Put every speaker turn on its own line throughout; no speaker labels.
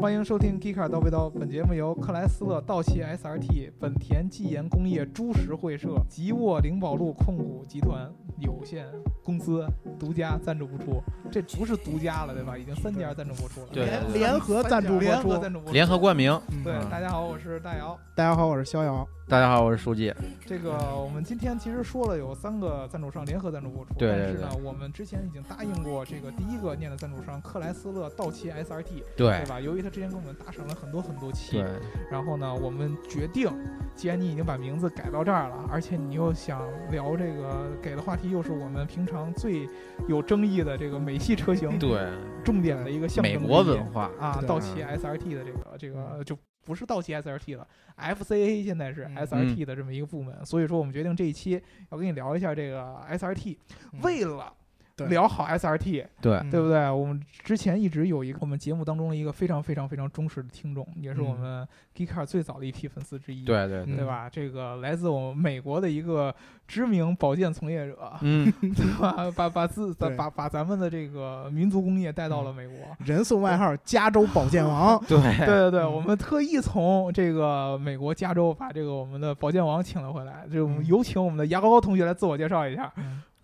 欢迎收听《Geeker 叨逼叨》，本节目由克莱斯勒、道奇 SRT、本田技研工业株式会社、吉沃灵宝路控股集团有限公司独家赞助播出。这不是独家了，对吧？已经三家赞助播出了，
对
联
对
联合赞助播
联合
出。
赞助播出，
联合冠名。
对，
嗯
大家好，我是大姚。
大家好，我是逍遥。
大家好，我是书记。
这个我们今天其实说了有三个赞助商联合赞助播出，
对对
但是呢，我们之前已经答应过这个第一个念的赞助商克莱斯勒道奇 SRT，
对
对吧？由于他之前跟我们搭上了很多很多期
对，，
然后呢，我们决定，既然你已经把名字改到这儿了，而且你又想聊这个给的话题又是我们平常最有争议的这个美系车型，
对，
重点的一个项目，
美国文化，
啊，
对
道奇 SRT 的这个这个就不是道奇 SRT 了，FCA 现在是
嗯
SRT 的这么一个部门，所以说我们决定这一期要跟你聊一下这个 SRT，、
嗯
为了
对
聊好 SRT，
对
嗯
对不对？我们之前一直有一个我们节目当中的一个非常非常非常忠实的听众，也是我
嗯
们 Geekar 最早的一批粉丝之一，
对对对，
对吧？这个来自我们美国的一个知名保健从业者，
嗯，
对吧？把把自把
对嗯
把把咱们的这个民族工业带到了美 国，
人送外号“加州保健王
对
对对对，
嗯
我们特意从这个美国加州把这个我们的保健王请了回来，就
嗯
有请我们的牙膏膏同学来自我介绍一下。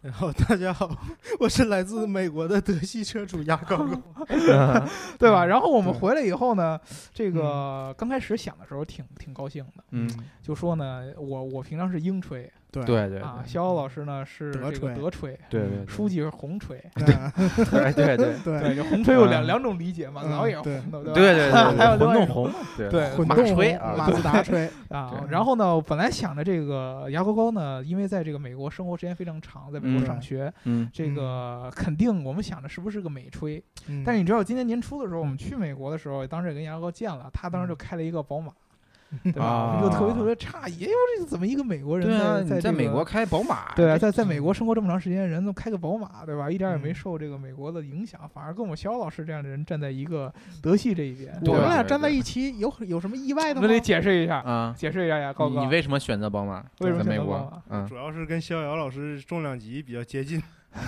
然后大家好，我是来自美国的德系车主牙膏膏。
对吧？然后我们
嗯对嗯
回来以后呢，这个刚开始想的时候挺挺高兴的，
嗯，”。
就说呢，我我平常是英吹
对
对对
啊，肖老师呢是
德
这个
吹
德吹，
对对，
书记是红吹，
嗯
对对对
对
对，这红吹有两
嗯
两种理解嘛，
嗯
老也是红的，
对
对吧
对 对，
还有另
混
外一
动
种
红，
对
混
马
动
吹啊
马自达吹，
啊，
对
然后呢，我本来想着这个牙膏膏呢，因为在这个美国生活时间非常长，在美国
嗯
上学，
嗯，
这个肯定我们想着是不是个美吹，
嗯
但是你知道今年年初的时候，我们去美国的时候，当时也跟牙膏膏见了，他当时就开了一个宝马，对吧？我们就特别特别诧异，哎呦，这怎么一个美国人
啊对啊，
在
你
这
在
个
美国。开宝马，
对啊，
这
在在美国生活这么长时间，人都开个宝马，对吧？一点也没
嗯
受这个美国的影响，反而跟我肖老师这样的人站在一个德系这一边。
对
我们俩
对
站在
对
一起有有什么意外
我
的
们
吗？
得解释一下，
啊，
解释一下呀，高
你
哥
你。为什么选择宝马？
为什么
在美
选择宝
国
马？
嗯
主要是跟逍遥老师重量级比较 接近，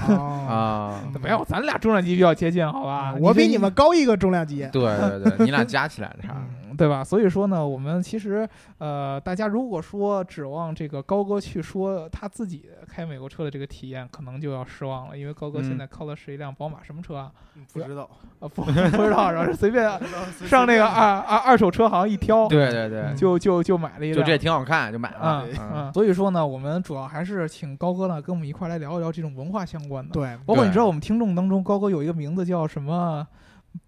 嗯
啊，
啊，
哦没有，咱俩重量级比较接近，好吧？
我比
啊这
你们高一个重量级。
对对对，你俩加起来差，
嗯，对吧？所以说呢，我们其实呃，大家如果说指望这个高哥去说他自己开美国车的这个体验，可能就要失望了，因为高哥
嗯
现在靠的是一辆宝马什么车啊？
嗯不知道。
啊不不知道，然后是随便
不知道随
上那
随
个
便
二二二手车行一挑，
对对对，
就就就买了一
就
辆。
这挺好看，就买
嗯啊
了，嗯
嗯，所以说呢，我们主要还是请高哥呢跟我们一块儿来聊一聊这种文化相关的。
对，
包括
对
你知道我们听众当中，高哥有一个名字叫什么？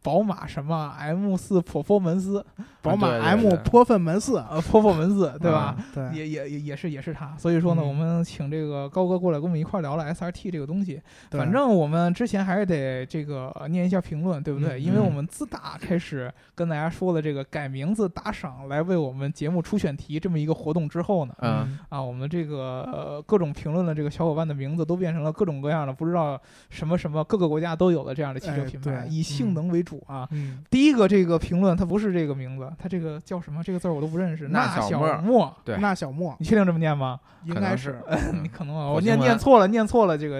宝马什么 M 四 Performance
宝马
啊对对
M
对
颇分门四，
呃 Performance 啊对吧？
对，
也也也也是也是他，所以说呢，
嗯
我们请这个高哥过来跟我们一块儿聊了 SRT 这个东西。
对
反正我们之前还是得这个呃念一下评论，对不对？
嗯
因为我
嗯
们自打开始跟大家说了这个改名字打赏来为我们节目出选题这么一个活动之后呢，
嗯，
啊，我们这个呃各种评论的这个小伙伴的名字都变成了各种各样的，不知道什么什么各个国家都有的这样的汽车
哎
品牌，
对
以性
嗯
能为主啊。
嗯，
第一个这个评论，它不是这个名字，它这个叫什么？这个字儿我都不
嗯
认识。
那
那
小
小
莫儿
莫，
对
那小莫
你确定这么念吗？
应
可
该
能
是，
你
嗯
可能啊
火
我
星
念
文
念错了，念错了，这个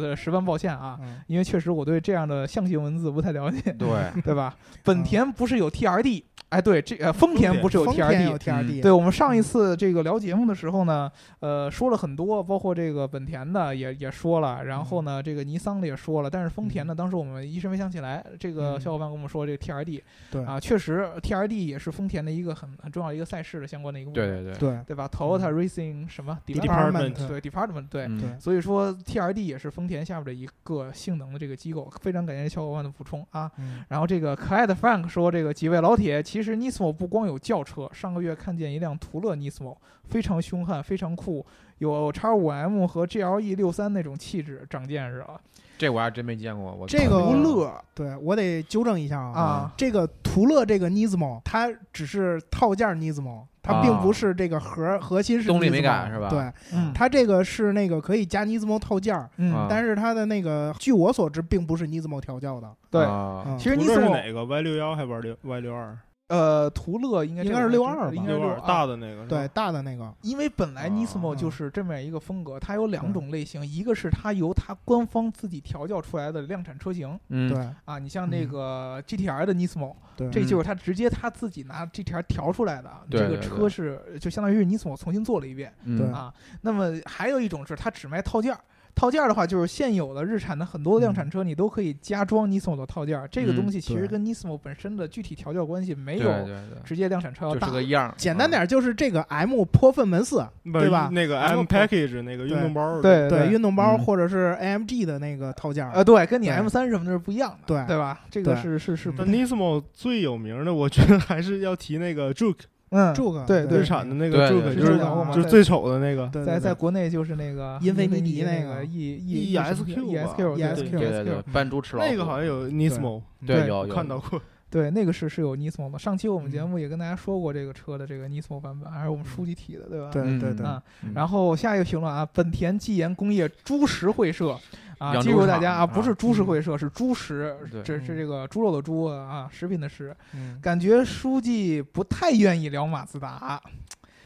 呃十分抱歉啊，
嗯
因为确实我对这样的象形文字不太了 解，
对，
对吧？本田不是有 TRD？哎，对，这呃丰田不是有
嗯丰田有
TRD？
TRD，
对我们上一
嗯
次这个聊节目的时候呢，呃，说了很多，包括这个本田的也也说了，然
嗯
后呢，这个尼桑的也说了，但是丰田呢，当时我们一时没想起来，这个
嗯
小伙伴跟我们说这个 TRD
对
啊，确实 TRD 也是丰田的一个很很重要的一个赛事的相关的一个部分，
对对对，
对嗯
对吧？Toyota Racing 什么
Department
对 department 对，
嗯
对
所以说 TRD 也是丰田下边的一个性能的这个机构，非常感谢小伙伴的补充啊。
嗯
然后这个可爱的 Frank 说，这个几位老铁，其实 Nismo 不光有轿车，上个月看见一辆途乐 Nismo，非常凶悍，非常酷，有 X5M 和 GLE 六三那种气质，长见识了。
这我还真没见过，我
这个
途
从
乐
对，我得纠正一下啊。
啊，
这个途乐这个 Nismo，它只是套件 Nismo，它并
啊
不是这个核、核心是
动力
Nismo，
没改是吧
对，
嗯，
它这个是那个可以加 Nismo 套件儿，
嗯
啊
但是它的那个据我所知并不是 Nismo 调教的。
对，
啊
嗯
其实
无论是
Nismo
哪个 Y 六幺还是 Y 六 Y 六二，
呃，途乐应该
应该是
这款
62吧
应该是
六
六
二大的那个，
对，，大的那个，
因为本来
啊
Nismo
嗯
就是这么样一个风格，它有
嗯
两种类型，一个是它由它官方自己调教出来的量产车型
嗯，
对
啊，你像那个 GTR 的 Nismo，
对，
这就是它直接它自己拿 GTR 调出来的啊，
对
这个
对对
车是就相当于是 Nismo 重新做了一遍
嗯
对
啊。那么还有一种是它只卖套件儿。套件儿的话，就是现有的日产的很多量产车，你都可以加装 Nismo 的套件儿。这个
嗯
东西其实
对
跟 Nismo 本身的具体调教关系没
对
有
对对，
直接量产车要
就
大
是。个样儿，啊
简单点，就是这个 M 泼粪门四，
不是
对吧
那个
然后
M Package 那个运动包儿，
对
对，运动包
嗯
或者是 AMG 的那个套件儿，
呃，对，跟你
对
M 三什么的是不一样的，
对
对吧？这个
对
是是是不
但
一样，
Nismo 最有名的，我觉得还是要提那个 Juke，
嗯，
这个
对
日
对，
产的那
对
个
对
Juke，
之
就
前
是
讲过嘛，
就是
在
最丑的那个，
对，
在
对
在
对
国内就是那个
英菲
尼
尼迪
那
那个
E E
ESQ
E S
吧
Q
对
ESQ
对对对，
ESQ，
扮猪吃老虎，
那个好像有 Nismo，
对
对
有
我
有
看到过，
对，那个是是有 Nismo 的。上期我们节
嗯
目也跟大家说过这个车的这个 Nismo 版本，还是我们书记提的，对吧？
对对
嗯
对，
啊
嗯
然后下一个评论啊，本田技研工业株式会社啊，
养
记
猪
住大
场
家啊，不
啊
是株式会社，是猪食，
对
这是
嗯
这个猪肉的猪啊，食品的食。
嗯
感觉书记不太愿意聊马自达，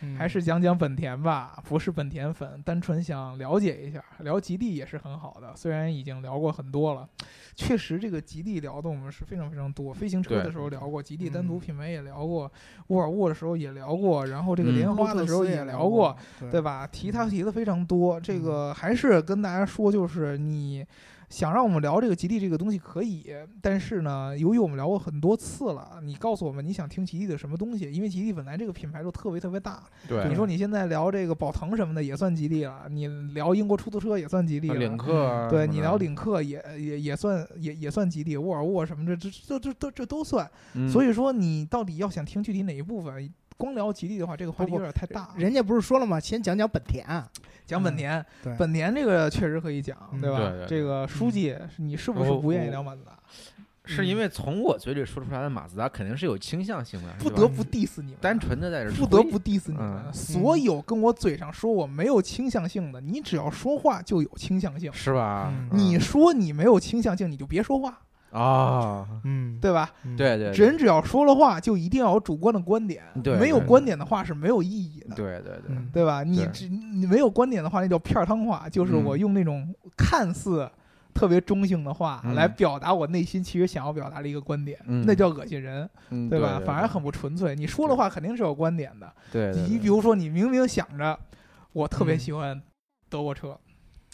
嗯
还是讲讲本田吧。不是本田粉，单纯想了解一下。聊吉利也是很好的，虽然已经聊过很多了，确实这个吉利聊的我们是非常非常多。飞行车的时候聊过，吉利单独
嗯
品牌也聊过，沃尔沃的时候也聊过，然后这个
嗯
莲
路
花的
特
时候
斯
也聊过，
过，
对吧？提
嗯
它提的非常多，这个还是跟大家说，就是你想让我们聊这个吉利这个东西可以，但是呢，由于我们聊过很多次了，你告诉我们你想听吉利的什么东西，因为吉利本来这个品牌就特别特别大，
对
你说你现在聊这个宝腾什么的也算吉利了，你聊英国出租车也算吉利
领
了。
克啊什
嗯
么的，
对你聊领克也也也算也也算吉利，沃尔沃什么的，这这这这这都算。
嗯，
所
以
以说你到底要想听具体哪一部分，光聊吉利的话，这个话题有点太大。
人家不是说了吗？先讲讲本田，啊
讲本田，
对
本田这个确实可以讲，
嗯
对吧？
对对对
这个书记，你是不是
我
不愿意聊马自达？
是因为从我嘴里说出来的马自达肯定是有倾向性的，
不
是吧
得不 diss 你们，啊
单纯的在这
不
吹
得不 diss 你们。啊
嗯
所有跟我嘴上说我没有倾向性的，你只要说话就有倾向性。
是吧
嗯？
你说你没有倾向性，你就别说话，
啊，
嗯，
对吧？
嗯
对对对
人只要说了话，就一定要有主观的观点，
对
没有
对
观点的话是没有意义的。
对对对，
嗯
对吧？你
对
只你没有观点的话，那叫片儿汤话，就是
嗯
我用那种看似特别中性的话
嗯
来表达我内心其实想要表达的一个观点，
嗯
那叫恶心人，
嗯
对
对
吧？
对
反而很不纯粹。你说的话肯定是有观点的，
对，对
你比，如说你明明想着我特别
嗯
喜欢德国车，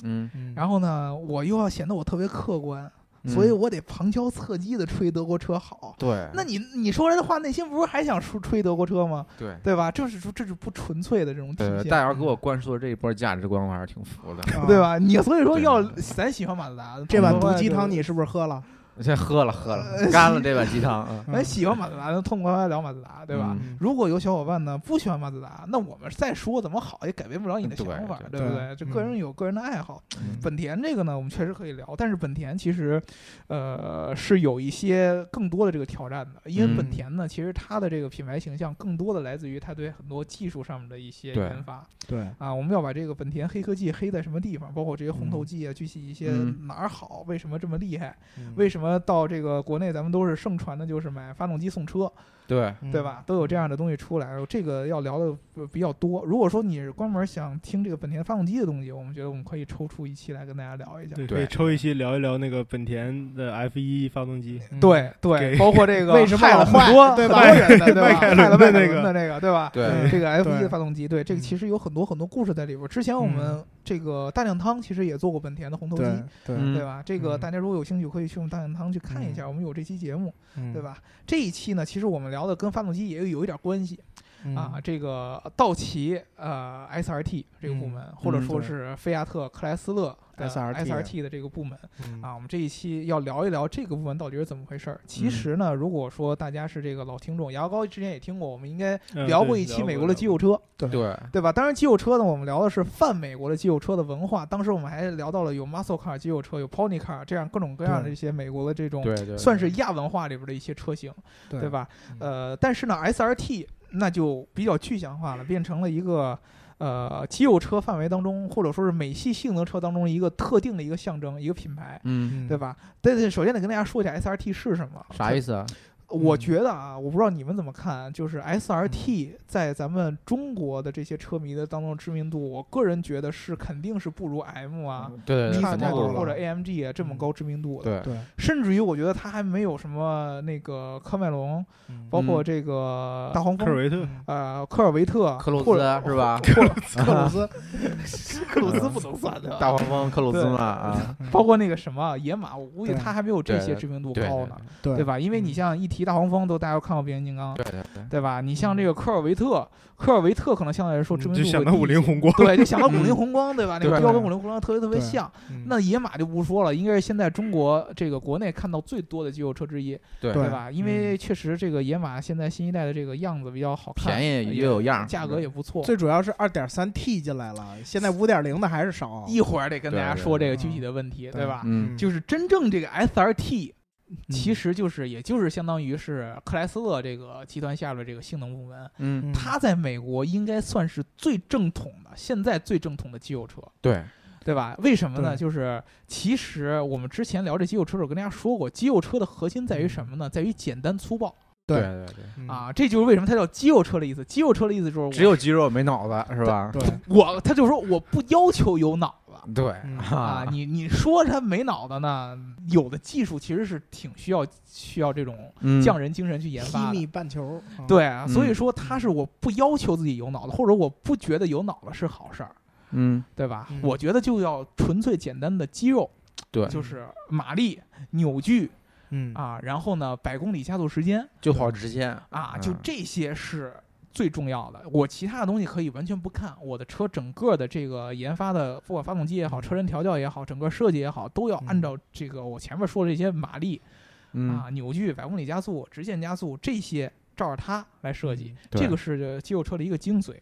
对嗯，
嗯
然后呢，我又要显得我特别客观，
嗯
所以我得旁敲侧击的吹德国车好。
对，
那你你说来的话，内心不是还想吹吹德国车吗？
对
对吧？这是这是不纯粹的这种体
对，
现。嗯
大姚给我灌输的这一波价值观，我还是挺服的。
啊
对？吧？你所以说
对
要
对对
咱喜欢马自达，
这碗
痛
毒
快
鸡汤
地，
你是不是喝了？
我先喝了喝了，
呃
干了这碗鸡汤，嗯
咱哎喜欢马自达，咱痛痛快快聊马自达， 对吧？
嗯
如果有小伙伴呢不喜欢马自达，那我们再说怎么好也改变不了你的
对
想法，
对
对不对？
对
这个人有个人的爱好。
嗯
本田这个呢，我们确实可以聊，但是本田其实，呃，是有一些更多的这个挑战的，因为
嗯
本田呢，其实它的这个品牌形象更多的来自于它对很多技术上面的一些
对
研发。
对，
啊，我们要把这个本田黑科技黑在什么地方，包括这些红头技啊，具体一些
嗯
哪儿好，为什么这么厉害，
嗯
为什么到这个国内咱们都是盛传的就是买发动机送车，
对，
嗯
对？吧？都有这样的东西出来，这个要聊的呃比较多。如果说你是专门想听这个本田发动机的东西，我们觉得我们可以抽出一期来跟大家聊一下。
对，
对
可以抽一期聊一聊那个本田的 F 1发动机，
嗯
对对，
给
包括这个
为什么
害了
老
很
坏
多
对
很
吧
多人的，对 吧？
迈
害了
凯
迈
伦的
凯
那
伦的那个，对吧？
对
嗯
这个 F 1
对
的发动机，对这个
嗯
其实有很多很多故事在里边儿。之前我们这个大酱汤其实也做过本田的红头机，
对对
嗯
对吧？这个
嗯
大家如果有兴趣，可以去我们大酱汤去看一下，
嗯
我们有这期节目，
嗯
对吧？这一期呢，其实我们聊的跟发动机也有一点关系啊。
嗯
这个道奇呃 SRT 这个部门，或者
嗯
说
对
是菲亚特克莱斯勒呃的
SRT
SRT 的这个部门，
嗯
啊，我们这一期要聊一聊这个部分到底是怎么回事儿。其实呢，如果说大家是这个老听众，牙膏之前也听过，我们应该
嗯
聊
对
过一期
聊
美
过
国的
聊
肌肉车，
对，
对吧？当然，肌肉车呢，我们聊的是泛美国的肌肉车的文化。当时我们还聊到了有 muscle car 肌肉车，有 pony car 这样各种各样的
对
一些美国的这种
对对，
算是亚文化里边的一些车型，对？吧？
嗯
呃，但是呢，SRT 那就比较具象化了，变成了一个。呃，肌肉车范围当中，或者说是美系性能车当中一个特定的一个象征，一个品牌。
嗯，
对吧？对对，首先得跟大家说一下 SRT 是什么，
啥意思啊？
它我觉得啊，我不知道你们怎么看，就是
嗯
SRT 在咱们中国的这些车迷的当中知名度，我个人觉得是肯定是不如 M 啊、
对对
n i
对，
差
s
太多了
或者 AMG 啊这么高知名度的。
嗯对
对，
甚至于我觉得它还没有什么那个科迈龙，
嗯
包括这个大黄
科尔
蜂，
维特，
呃，科尔维特、
克鲁
或
兹啊
者
是？吧？
克鲁兹，克鲁兹不能算的。
大黄蜂克鲁兹嘛啊，
嗯
包括那个什么野马，我估计
对
它还没有这
对
些
对
知名度
对
高呢，
对
对吧？因为你
嗯
像一提大黄蜂，都大家都看过变形金刚，
对对对，
对吧？你像这个科尔维特，科尔维特可能相对来说知名度
嗯就想
会
到
低
五
一
菱
些，
宏光，
对，就想到五菱宏光，对吧？那个
对
标跟五菱宏光特别特别
对
像。
嗯
那野马就不说了，应该是现在中国这个国内看到最多的肌肉车之一，
对
对
对
吧？因为确实这个野马现在新一代的这个样子比较好看，
便宜又有样儿，
价格也不错。
最主要是二点三 T 进来了，现在五点零的还是少。
一会儿得跟大家
对对
说这个
对
具体的问题，
对
对吧？
嗯，
就是真正这个 SRT，其
嗯
实就是也就是相当于是克莱斯勒这个集团下边这个性能部门，
嗯，
嗯
它在美国应该算是最正统的，现在最正统的肌肉车，
对，
对吧？为什么呢？
对
就是其实我们之前聊这肌肉车的时候跟大家说过，肌肉车的核心在于什么呢？在于简单粗暴
对
对对，
嗯
啊！这就是为什么它叫肌肉车的意思。肌肉车的意思就是
只有肌肉没脑子是吧？
对
我，我他就说我不要求有脑子。
对
嗯
啊，你你说他没脑子呢？有的技术其实是挺需要需要这种
嗯
匠人精神去研
踢
发的。
米半球，啊，
对啊，
嗯
所以说他是我不要求自己有脑子，或者我不觉得有脑子是好事儿，
嗯，
对吧？
嗯
我觉得就要纯粹简单的肌肉，
对
就是马力、扭矩
嗯，
啊，然后呢，百公里加速时间
就跑直线
啊，就这些是最重要的。我其他的东西可以完全不看，我的车整个的这个研发的，不管发动机也好，车身调教也好，整个设计也好，都要按照这个我前面说的这些马力
嗯
啊、扭矩、百公里加速、直线加速这些，照着它来设计，
嗯对
这个是肌肉车的一个精髓。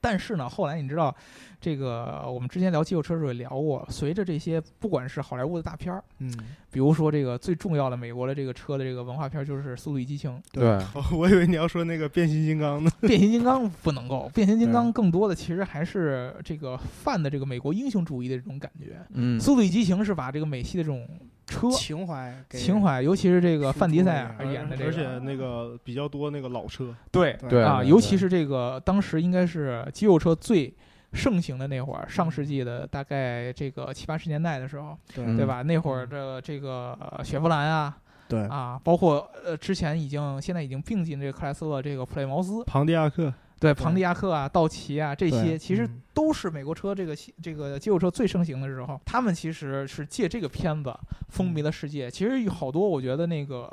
但是呢，后来你知道，这个我们之前聊肌肉车的时候也聊过，随着这些不管是好莱坞的大片儿，
嗯，
比如说这个最重要的美国的这个车的这个文化片儿就是《速度与激情》，
对，
我以为你要说那个变形金刚呢，
变形金刚不能够，变形金刚更多的其实还是这个泛的这个美国英雄主义的这种感觉。
嗯
速度与激情是把这个美系的这种车
情怀给，
情怀，尤其是这个
输出
范迪塞
了
尔演的这个，
而且那个比较多那个老车，
对
对
对
啊，尤其是这个当时应该是肌肉车最盛行的那会儿，上世纪的大概这个七八十年代的时候，
对
嗯
对吧？那会儿的这个呃雪佛兰啊
对
啊，包括呃之前已经现在已经并进这个克莱斯勒这个普雷茅斯，
庞蒂亚克，
对庞蒂亚克啊、道奇啊这些，
对
其实
嗯
都是美国车这个系这个肌肉车最盛行的时候，他们其实是借这个片子风靡了世界。其实有好多我觉得那个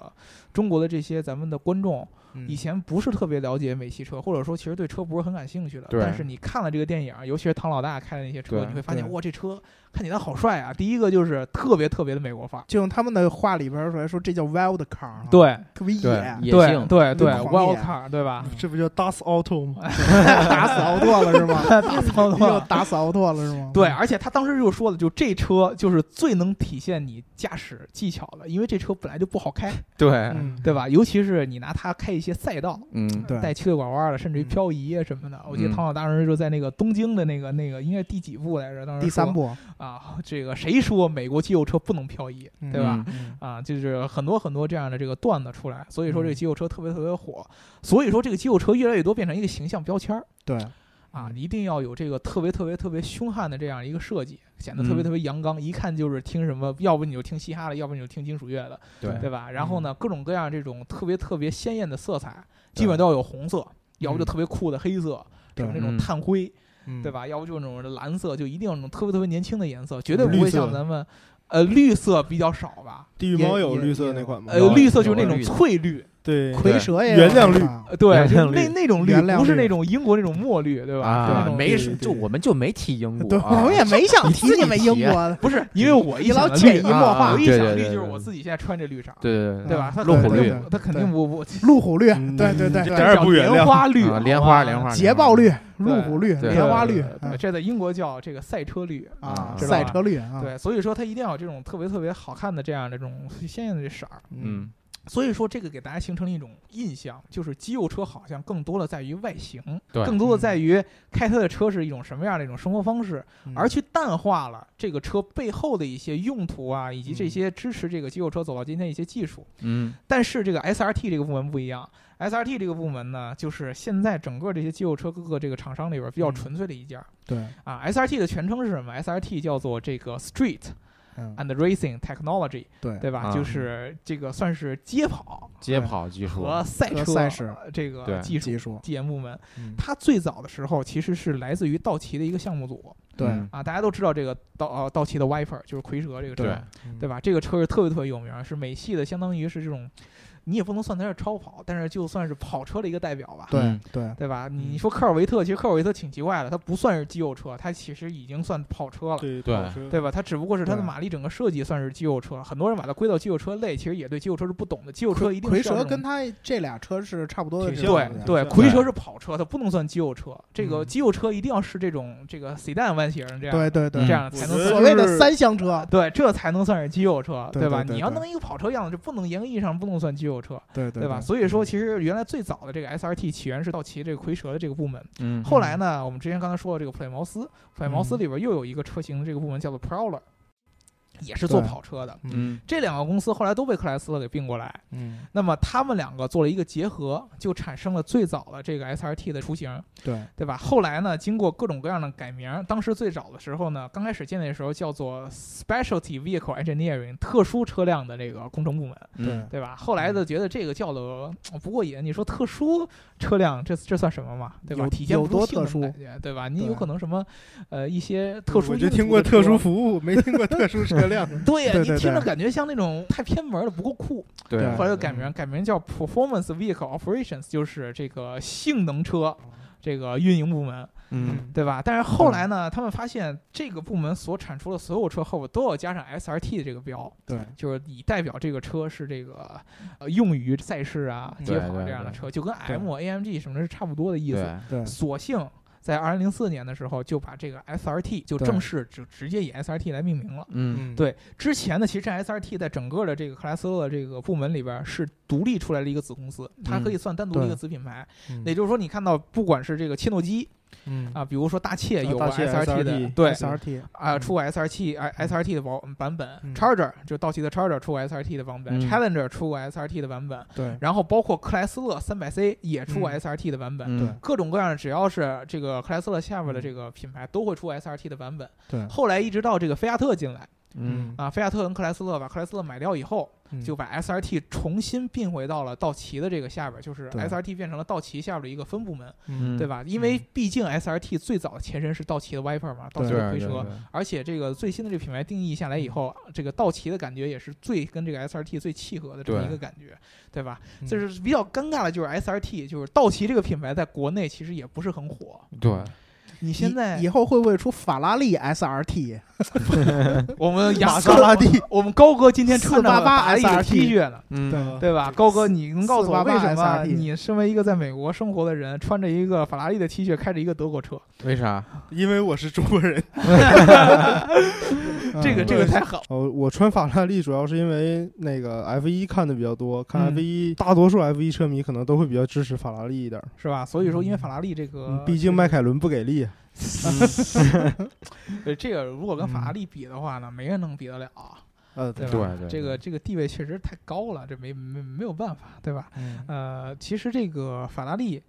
中国的这些咱们的观众
嗯
以前不是特别了解美系车，或者说其实对车不是很感兴趣的，
对
但是你看了这个电影，尤其是唐老大开的那些车，
对
你会发现
对
哇，这车看起来好帅啊！第一个就是特别特别的美国范儿，
就用他们的话里边儿来说，这叫 wild car，啊，
对
特别
对
野，
野
对
性，
对对
狂
，Wild
野
Car 对吧？
这不叫 Das Auto 吗？
打死奥拓了 是吗？
打错了
又打死奥拓了是吗？
对，，而且他当时就说了，就这车就是最能体现你驾驶技巧的，因为这车本来就不好 开，
对，
嗯，
对吧？尤其是你拿它开一些赛道，
嗯
对
带曲拐弯的，甚至于
嗯
漂移啊什么的。我记得
嗯
唐老大当时就在那个东京的那个那个应该第几部来着？当时
第三
说
部，
啊，这个谁说美国肌肉车不能漂移，
嗯
对吧？
嗯
啊，就是很多很多这样的这个段子出来，所以说这个
嗯
肌肉车特别特别火，所以说这个肌肉车越来越多变成一个形象标签儿。
对，
啊，
嗯
一定要有这个特别特别特别凶悍的这样一个设计，显得特别
嗯
特别阳刚，一看就是听什么，要不你就听嘻哈的，要不你就听金属乐的，
对
对吧？然后呢，各种各样这种特别特别鲜艳的色彩，基本都要有红色，要不就
嗯
特别酷的黑色，什
对
么那种
嗯
炭灰，
嗯
对？吧？要不就那种蓝色，就一定要那种特别特别年轻的颜色，绝对
绿
不会像
色
咱们，呃，绿色比较少吧？
地狱猫有
也
绿色那款吗？
呃
有，
绿色就是那
有
种
绿的
翠绿，
对，
蝰蛇也
原谅绿
绿，
呃对，
原
就
谅
那
绿
那种绿，
原谅
不是
绿
那种英国那种墨绿，对吧？就那
啊，
种
没
绿
事，就我们就没提英
对，
国啊，
我们也没想提你们英国的，
不是因为我一啊
一老
想到
潜
绿
移默
啊
化
我，一
对
想
对
绿
对
就是
对
我自己现在穿这绿色，
对对
对吧？它
路
肯
虎
定
绿
不它肯定不不，
路虎绿，
嗯
对对对
这
对
点儿也不原
莲
谅。
花绿
啊，莲花莲。
好吧
花，嗯
捷豹绿、
对
路虎绿、
对
莲花绿
对对对这在英国叫这个赛车绿。
啊，
知道
赛
吧
车绿啊，
对，所以说它一定要有这种特别特别好看的这样的这种鲜艳的这色儿。
嗯，
所以说，这个给大家形成了一种印象，就是肌肉车好像更多的在于外形，
对
更
嗯
多的在于开它的车是一种什么样的一种生活方式，
嗯
而去淡化了这个车背后的一些用途啊，以及
嗯
这些支持这个肌肉车走到今天的一些技术。
嗯，
但是这个 SRT 这个部门不一样，SRT 这个部门呢，就是现在整个这些肌肉车各个这个厂商里边比较
嗯
纯粹的一家
对，
啊。SRT 的全称是什么？SRT 叫做这个 Street
嗯，
and Racing Technology，
对
啊对吧？
啊
就是这个算是街跑
街跑技术
和赛车
和赛事
呃这个
对
技术
技术，
技研部门。
嗯
它最早的时候其实是来自于道奇的一个项目组
对，
嗯
啊，大家都知道这个道呃道奇的 Wiper 就是蝰蛇这个车，
对
嗯
对吧？这个车是特别特别有名儿，是美系的，相当于是这种，你也不能算它是超跑，但是就算是跑车的一个代表吧。
对
嗯
对
对吧？
嗯
你说科尔维特，其实科尔维特挺奇怪的，它不算是肌肉车，它其实已经算跑车了，
对
对
跑车
对吧？它只不过是它的
对
马力整个设计算是肌肉车，很多人把它归到肌肉车类，其实也对肌肉车是不懂的。肌肉车一定是
蝰
要这
蛇
种
跟他这俩车是差不多的
挺
这
像
种
对
感
的
觉，
对，
对
蝰蛇是跑车，它不能算肌肉车。这个
嗯
肌肉车一定要是这种这个 sedan 弯型这样，
对对对
这，样
嗯
才
我觉
能
得
算
所谓的三厢车，
对，这才能算是肌肉车，
对
吧？
对对
你要
对
弄一个跑车样子，就不能严格意义上不能算肌肉车，
对对
对吧？所以说，其实原来最早的这个 SRT 起源是道奇这个蝰蛇的这个部门，
嗯
后来呢，我们之前刚才说的这个普莱茅斯，普莱茅
嗯
斯里边又有一个车型的这个部门叫做 Prowler，也是做
对
跑车的。
嗯
嗯
这两个公司后来都被克莱斯勒给并过来，
嗯
那么他们两个做了一个结合，就产生了最早的这个 SRT 的雏形，
对
对吧？后来呢，经过各种各样的改名，当时最早的时候呢，刚开始建立的时候叫做 Specialty Vehicle Engineering，特殊车辆的这个工程部门，
对
嗯，
对吧？后来的觉得这个叫的不过瘾，你说特殊车辆，这这算什么嘛？对吧？
有
体现不
有
出
多
性
特殊
能感觉，对吧？你
对
有可能什么呃一些特殊，
我就听过特殊，服务，没听过特殊车 辆。
对呀，
对
你
对
听着
对
感觉像那种太偏门了，不够酷。
对
后来又改名，改名叫 Performance Vehicle Operations，就是这个性能车这个运营部门，
嗯
对吧？但是后来呢，他们发现这个部门所产出的所有车后边都要加上 SRT 的这个标，
对
就是以代表这个车是这个呃用于赛事啊、
对
街跑
对
这样的
嗯对
车，就跟 M、AMG 什么的是差不多的意思。
对
对
索性在二零零四年的时候，就把这个 SRT 就
对
正式就直接以 SRT 来命名了。
嗯
对之前呢，其实 SRT 在整个的这个克莱斯勒的这个部门里边儿是独立出来的一个子公司，它
嗯
可以算单独的一个子品牌。也就是说，你看到不管是这个切诺基
嗯
啊，比如说大切
啊
有过
大切
SRT 的，
SRT
对
SRT
啊，出过 SRT 啊 SRT 的版版本
嗯
，Charger 就道奇的 Charger 出过 SRT 的版本
嗯
，Challenger 出过 SRT 的版本，
对
然后包括克莱斯勒 300C 也出过
嗯
SRT 的版本。
嗯
对
各种各样的，只要是这个克莱斯勒下边的这个品牌，都会出 SRT 的版本。
对
后来一直到这个菲亚特进来，
嗯
啊，菲亚特跟克莱斯勒把克莱斯勒买掉以后，
嗯
就把 SRT 重新并回到了道奇的这个下边儿，就是
对
SRT 变成了道奇下边儿的一个分部门，
嗯
对吧？因为
嗯
毕竟 SRT 最早的前身是道奇的 Viper 嘛，道
对
奇
对啊
的
对
蝰蛇，
对
而且这个最新的这个品牌定义下来以后，这个道奇的感觉也是最跟这个 SRT 最契合的这么
对
一个感觉，对吧？
嗯
就是比较尴尬的就是 SRT，就是道奇这个品牌在国内其实也不是很火。
对
你
以
现在
以后会不会出法拉利 SRT
我们雅
玛莎拉蒂
我们高哥今天穿着
488
法拉利的
SRT
T 恤呢。
嗯
对
对吧？高哥，你能告诉我为什么
488SRT
你身为一个在美国生活的人，穿着一个法拉利的 T 恤，开着一个德国车？
为啥？
因为我是中国人。
这个
嗯
这个太好，
哦，我穿法拉利主要是因为那个 F 一看的比较多，看
嗯
F 一、大多数 F 一车迷可能都会比较支持法拉利一点儿，
是吧？所以说，因为法拉利这个
嗯，毕竟迈凯伦不给力。啊
对呃这个，如果跟
嗯
法拉利比的话呢，没人能比得了，
呃，
对吧？
对对，
这个这个地位确实太高了，这没没没有办法，对吧？
嗯
呃，其实这个法拉利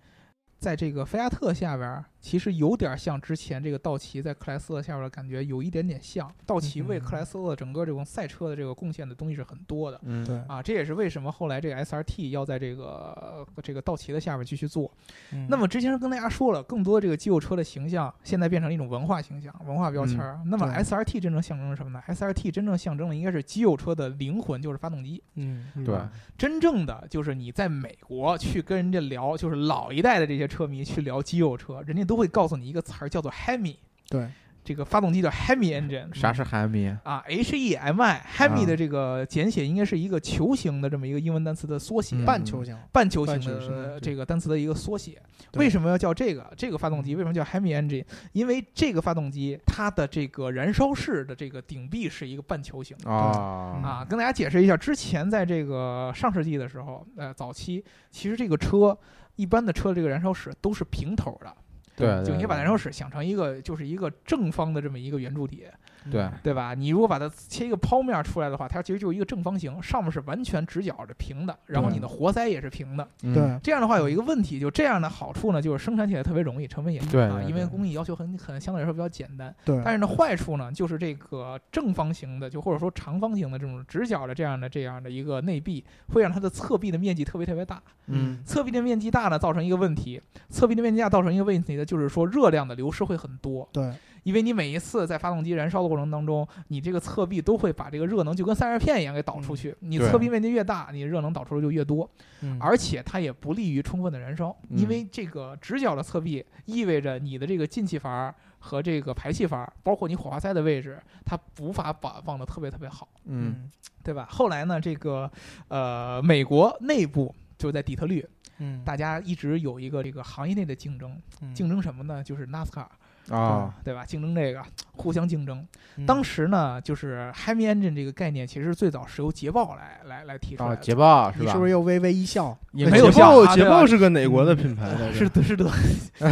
在这个菲亚特下边儿，其实有点像之前这个道奇在克莱斯勒下边儿的感觉，有一点点像。道奇为
嗯
克莱斯勒整个这种赛车的这个贡献的东西是很多的。
嗯
对
啊，这也是为什么后来这个 SRT 要在这个呃这个道奇的下边继续做。
嗯
那么之前跟大家说了，更多这个肌肉车的形象现在变成了一种文化形象、文化标签儿。那么
对
SRT 真正象征了什么呢？SRT 真正象征的应该是肌肉车的灵魂，就是发动机。
嗯
嗯
对，
真正的就是你在美国去跟人家聊，就是老一代的这些车迷去聊肌肉车，人家都会告诉你一个词儿叫做 Hemi。
对
这个发动机叫 Hemi engine，
啥是 Hemi？
啊？H E M I，Hemi
啊
的这个简写应该是一个球形的这么一个英文单词的缩写，
嗯
半球形，
半球形
半球形
的呃
对
这个单词的一个缩写。
对
为什么要叫这个？这个发动机为什么叫 Hemi engine？因为这个发动机它的这个燃烧室的这个顶壁是一个半球形的。
啊
啊，跟大家解释一下，之前在这个上世纪的时候，呃，早期其实这个车一般的车这个燃烧室都是平头的，
对对
就你
对
把燃烧室想成一个就是一个正方的这么一个圆柱体，
对
对吧？你如果把它切一个剖面出来的话，它其实就是一个正方形，上面是完全直角的平的，然后你的活塞也是平的。
嗯
对，
这样的话有一个问题，就这样的好处呢，就是生产起来特别容易，成本也低
对
啊，
对
因为
对嗯
工艺要求很很相对来说比较简单。
对，
但是呢，坏处呢，就是这个正方形的，就或者说长方形的这种直角的这样的这样的一个内壁，会让它的侧壁的面积特别特别大。
嗯
侧壁的面积大呢，造成一个问题，侧壁的面积大造成一个问题呢，就是说热量的流失会很多，
对
因为你每一次在发动机燃烧的过程当中，你这个侧壁都会把这个热能就跟散热片一样给导出去。你
嗯对
侧壁面积越大，你热能导出的就越多，
嗯
而且它也不利于充分的燃烧，
嗯
因为这个直角的侧壁意味着你的这个进气阀儿和这个排气阀儿，包括你火花塞的位置，它无法把放的特别特别好，
嗯，
对吧？后来呢，这个呃，美国内部就是在底特律，
嗯，
大家一直有一个这个行业内的竞争，
嗯
竞争什么呢？就是 NASCAR，
啊
对吧？竞争这个，互相竞争。
嗯
当时呢，就是 Hemi engine 这个概念，其实最早是由捷豹来来来提出来
啊，
的。
捷豹是
你
吧？
是不是又微微一笑？
也
没
没
有
有
哎捷
像
豹，
啊
捷
对
豹
吧
是个哪国的品牌来着？
是的，是的，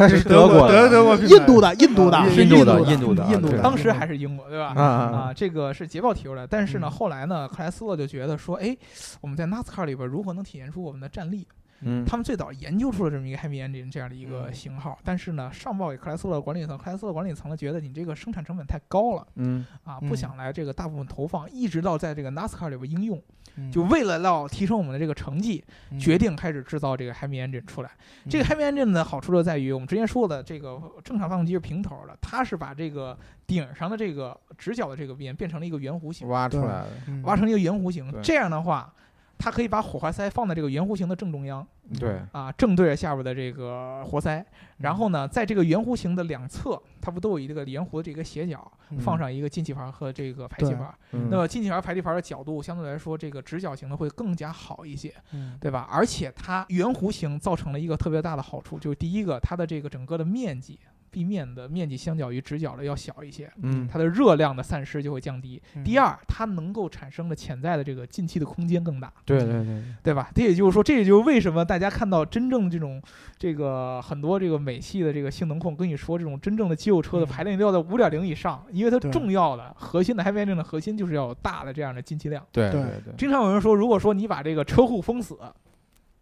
是
德
国
嗯德
的
德国品牌，
印度的，嗯印度的，
印度的
印
印度的
印度
对
的，
当时还是英国，对吧？
啊啊
啊，这个是捷豹提出来，但是呢，
嗯
后来呢，克莱斯勒就觉得说，哎，我们在 NASCAR 里边如何能体现出我们的战力？
嗯
他们最早研究出了这么一个 Hemi Engine 这样的一个
嗯
型号，但是呢，上报给克莱斯勒管理层，克莱斯勒管理层呢觉得你这个生产成本太高了
嗯
啊，
嗯
不想来这个大部分投放，一直到在这个 NASCAR 里边应用，
嗯
就为了要提升我们的这个成绩，
嗯
决定开始制造这个 Hemi Engine 出来。
嗯
这个 Hemi Engine 的好处就在于，我们之前说的这个正常发动机是平头的，它是把这个顶上的这个直角的这个边变成了一个圆弧形，
挖出来了，
嗯
挖成一个圆弧形。
对
这样的话，它可以把火花塞放在这个圆弧形的正中央
对
啊，正对着下边的这个活塞。然后
嗯
呢，在这个圆弧形的两侧，它不都有一个圆弧的这个斜角，
嗯
放上一个进气阀和这个排气
对
阀。
嗯
那么进气阀、排气阀的角度相对来说，这个直角形的会更加好一些。
嗯
对吧？而且它圆弧形造成了一个特别大的好处，就是第一个，它的这个整个的面积，壁面的面积相较于直角的要小一些，
嗯
它的热量的散失就会降低。
嗯
第二，它能够产生的潜在的这个进气的空间更大，
对对对，
对吧？这也就是说，这也就是为什么大家看到真正的这种这个很多这个美系的这个性能控跟你说，这种真正的肌肉车的
嗯
排量都要在五点零以上，因为它
对
重要的核心的 h e a 的核心就是要有大的这样的进气量。
对
对
对对，
经常有人说，如果说你把这个车库封死，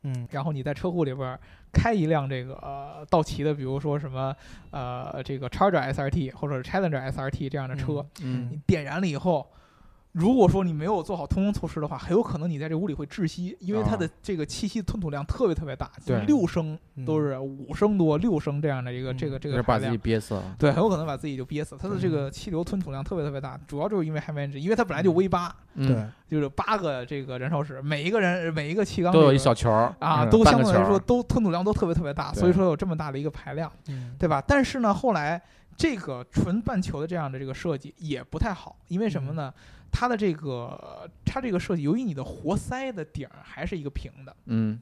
嗯
然后你在车库里边儿开一辆这个、呃、道奇的，比如说什么呃这个 Charger SRT 或者是 Challenger SRT 这样的车，
嗯
你点燃了以后，如果说你没有做好通风措施的话，很有可能你在这屋里会窒息，因为它的这个气息吞吐量特别特别大，
啊对
六升
嗯
都是五升多六升这样的一个、这个这
就
个
嗯是把
排
自己
量。
憋死了，
对，很有可能把自己就憋死。它的这个气流吞吐量特别特别大，主要就是因为 h e m 因为它本来就 V 八，
嗯
对
就是八个这个燃烧室，每一个人每一个气缸
都
这
有
个
一小球儿
啊，
嗯
都
半
相
个
对
球
来
儿
说都吞吐量都特别特别大，
对
所以说有这么大的一个排量，
嗯
对吧？但是呢，后来这个纯半球的这样的这个设计也不太好，因为什么呢？它的这个它这个设计，由于你的活塞的顶儿还是一个平的，
嗯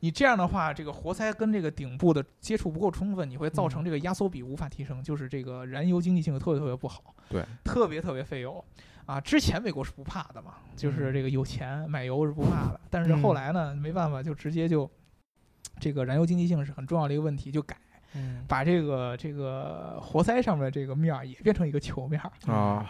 你这样的话，这个活塞跟这个顶部的接触不够充分，你会造成这个压缩比无法提升，就是这个燃油经济性特别特别不好，
对，
特别特别费油啊。之前美国是不怕的嘛，就是这个有钱买油是不怕的，但是
嗯
后来呢，没办法，就直接就这个燃油经济性是很重要的一个问题，就改
嗯
把这个这个活塞上面的这个面儿也变成一个球面儿，
啊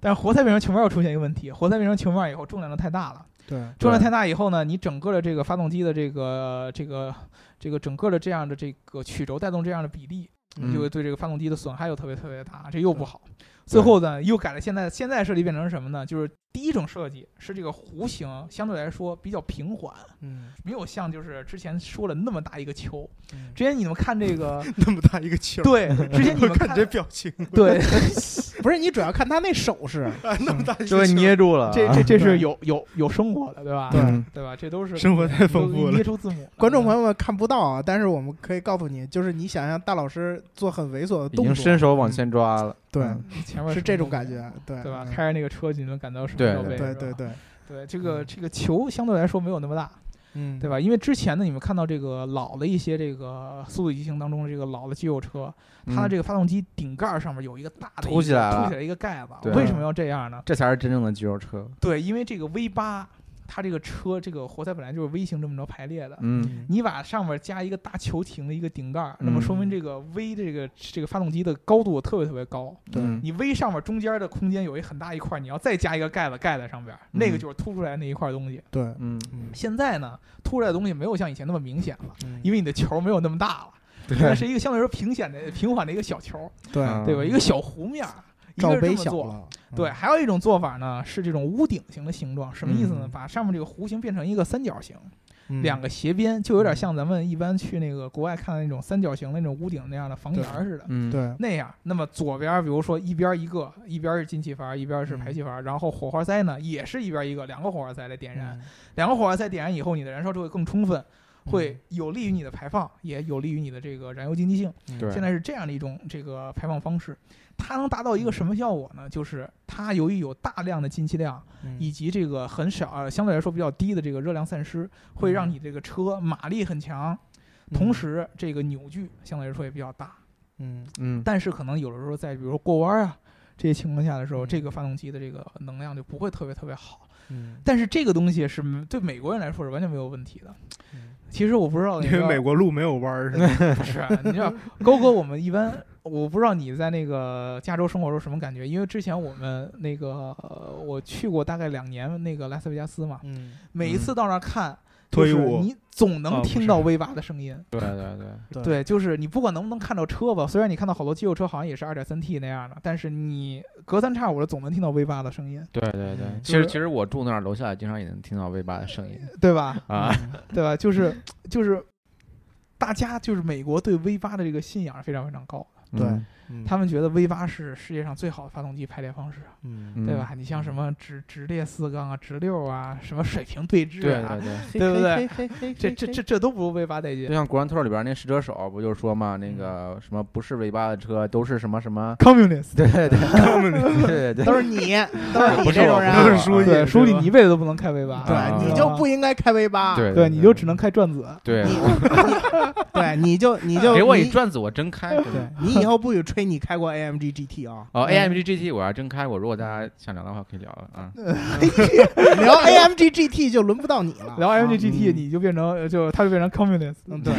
但是活塞变成球面儿又出现一个问题，活塞变成球面儿以后重量就太大了。
对
重量
对
太大以后呢，你整个的这个发动机的这个这个这个整个的这样的这个曲轴带动这样的比例，
嗯
就会对这个发动机的损害又特别特别大，这又不好。最后呢，又改了现在现在设计变成什么呢？就是第一种设计是这个弧形相对来说比较平缓，
嗯
没有像就是之前说的那么大一个球。
嗯
之前你们看这 个
那么大一个球儿，
对，之前你
我
们
看你这表情，
对，
不是你主要看他那手势， 嗯
啊那么大一个
就被
球儿
捏住了，啊
这这这是有有有生活的，对吧？
对
嗯
对吧？这都是
生活太丰富
都
了
捏出字母了。
观众朋
嗯
友们看不到啊，但是我们可以告诉你，就是你想象大老师做很猥琐的
已
动
经
作
伸，手往前抓了，
对，
嗯
前面
是这种
感，
感觉，对
对吧？
嗯
开着那个车就能感到什么
对
叫背，
对嗯
对
是吧
对对，
对，这个这个球相对来说没有那么大，
嗯，
对吧？因为之前呢，你们看到这个老的一些这个《速度与激情》当中的这个老的肌肉车，它的这个发动机顶盖上面有一个大的一个
嗯凸起来了
凸起来一个盖子
对。嗯
为什么要这样呢？
这才是真正的肌肉车。
对，因为这个 V 八它这个车这个活塞本来就是 V 型这么着排列的。
嗯，
嗯？
你把上面加一个大球停的一个顶盖，那么
嗯
说明这个 V 这个这个发动机的高度特别特别高。
对
嗯
你 V 上面中间的空间有一很大一块，你要再加一个盖子盖在上边，那个
嗯
就是凸出来那一块东西。
对，
嗯，
嗯
现在呢，凸出来的东西没有像以前那么明显了，
嗯
因为你的球没有那么大了，现在是一个相对来说平显的、平缓的一个小球，
对
嗯
对吧？一个小弧面儿，一个
罩
是这
杯
么
小
做。
了，嗯
对，还有一种做法呢，是这种屋顶型的形状，什么意思呢？
嗯
把上面这个弧形变成一个三角形，
嗯
两个斜边，就有点像咱们一般去那个国外看的那种三角形的那种屋顶那样的房檐儿似的。
嗯，
对，
那样，那么左边比如说一边一个，一边是进气阀，一边是
嗯
排气阀，然后火花塞呢也是一边一个，两个火花塞来点燃，
嗯
两个火花塞点燃以后，你的燃烧就会更充分，
嗯
会有利于你的排放，也有利于你的这个燃油经济性。
嗯
对
现在是这样的一种这个排放方式，它能达到一个什么效果呢？就是它由于有大量的进气量
嗯
以及这个很少、呃相对来说比较低的这个热量散失，会让你这个车马力很强，同时这个扭矩相对来说也比较大。
嗯
嗯，
但是可能有的时候在比如说过弯啊这些情况下的时候，
嗯
这个发动机的这个能量就不会特别特别好。
嗯
但是这个东西是没对美国人来说是完全没有问题的。
嗯
其实我不知道你
因
知
为
道
美国路没有弯儿，是吧？
不是，你知道勾哥，我们一般我不知道你在那个加州生活的时候什么感觉，因为之前我们那个、呃、我去过大概两年那个拉斯维加斯嘛，
嗯，
每一次到那儿看，
脱衣
就是
舞
你总
哦
能
不
听
是
到 V 八的声音。
对对对，
对，就是你不管能不能看到车吧，虽然你看到好多肌肉车好像也是二点三 T 那样的，但是你隔三差五的总能听到 V 八的声音，
对对对
嗯，
其
就
实
是
其实我住那儿楼下经常也能听到 V 八的声音
对吧？
啊，
对吧？就是就是，大家就是美国对 V 八的这个信仰是非常非常高的，
对
嗯
嗯
他们觉得 V 八是世界上最好的发动机排列方式，啊
嗯
嗯
对吧？你像什么直直列四缸啊、直六啊、什么水平对
对
置啊
对，对，
对不对
对
这这这这都不如 V 八带劲，
就。像《古兰特》里边那试车手不就说嘛，那个什么不是 V 八的车都是什么什么
Communist，
对对对对对
都
对，
是 你，都是
不
你
是
这
我不是
种人啊
我，
书记，
对，书记
吧
你一辈子都不能开 V 八，
啊
对，你就不应该开 V 八，
对
对，你就只能开转子。
对
你，你对，你就你就
给我一
你
转子我真开，真的！
对你以后不许吹你开过 AMG GT 啊
哦，AMG GT 我要真开过，如果大家想聊的话可以聊了啊。
聊 AMG GT 就轮不到你了。
啊
聊 M G G T，
嗯
你就变成呃就它就变成 communist，
嗯，对，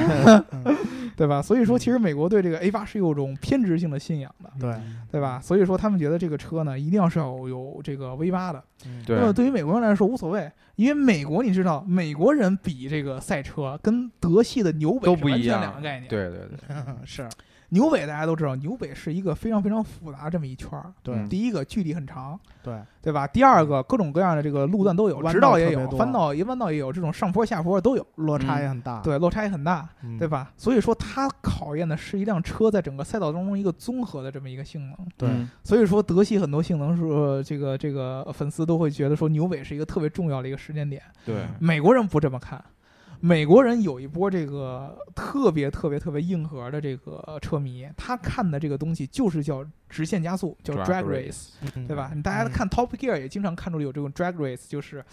对吧？所以说，
嗯
其实美国对这个 A 八是有种偏执性的信仰的，
啊对，
对吧？所以说，他们觉得这个车呢，一定要是要有这个 V 八的。
对
那么对于美国人来说无所谓，因为美国你知道，美国人比这个赛车跟德系的纽北
都
是
不
完
一
全
样
两个概念。，
对对对，
嗯是，
纽北大家都知道，纽北是一个非常非常复杂这么一圈儿。
对
嗯
第一个距离很长，
对，
对吧？第二个各种各样的这个路段都有，
嗯弯道
直道也
特
有，
别多
翻道一弯道也有，这种上坡下坡都有，
落差也很大，
对，落差也很大。
嗯
对吧？所以说它考验的是一辆车在整个赛道当中一个综合的这么一个性能。
对
嗯
所以说德系很多性能是、呃这个这个呃粉丝都会觉得说纽北是一个特别重要的一个时间点。
对，
美国人不这么看，美国人有一波这个特别特别特别硬核的这个车迷，他看的这个东西就是叫直线加速，叫
Drag
drag race，
嗯
对吧？你大家看 Top Gear 也经常看出有这种 drag race，就是。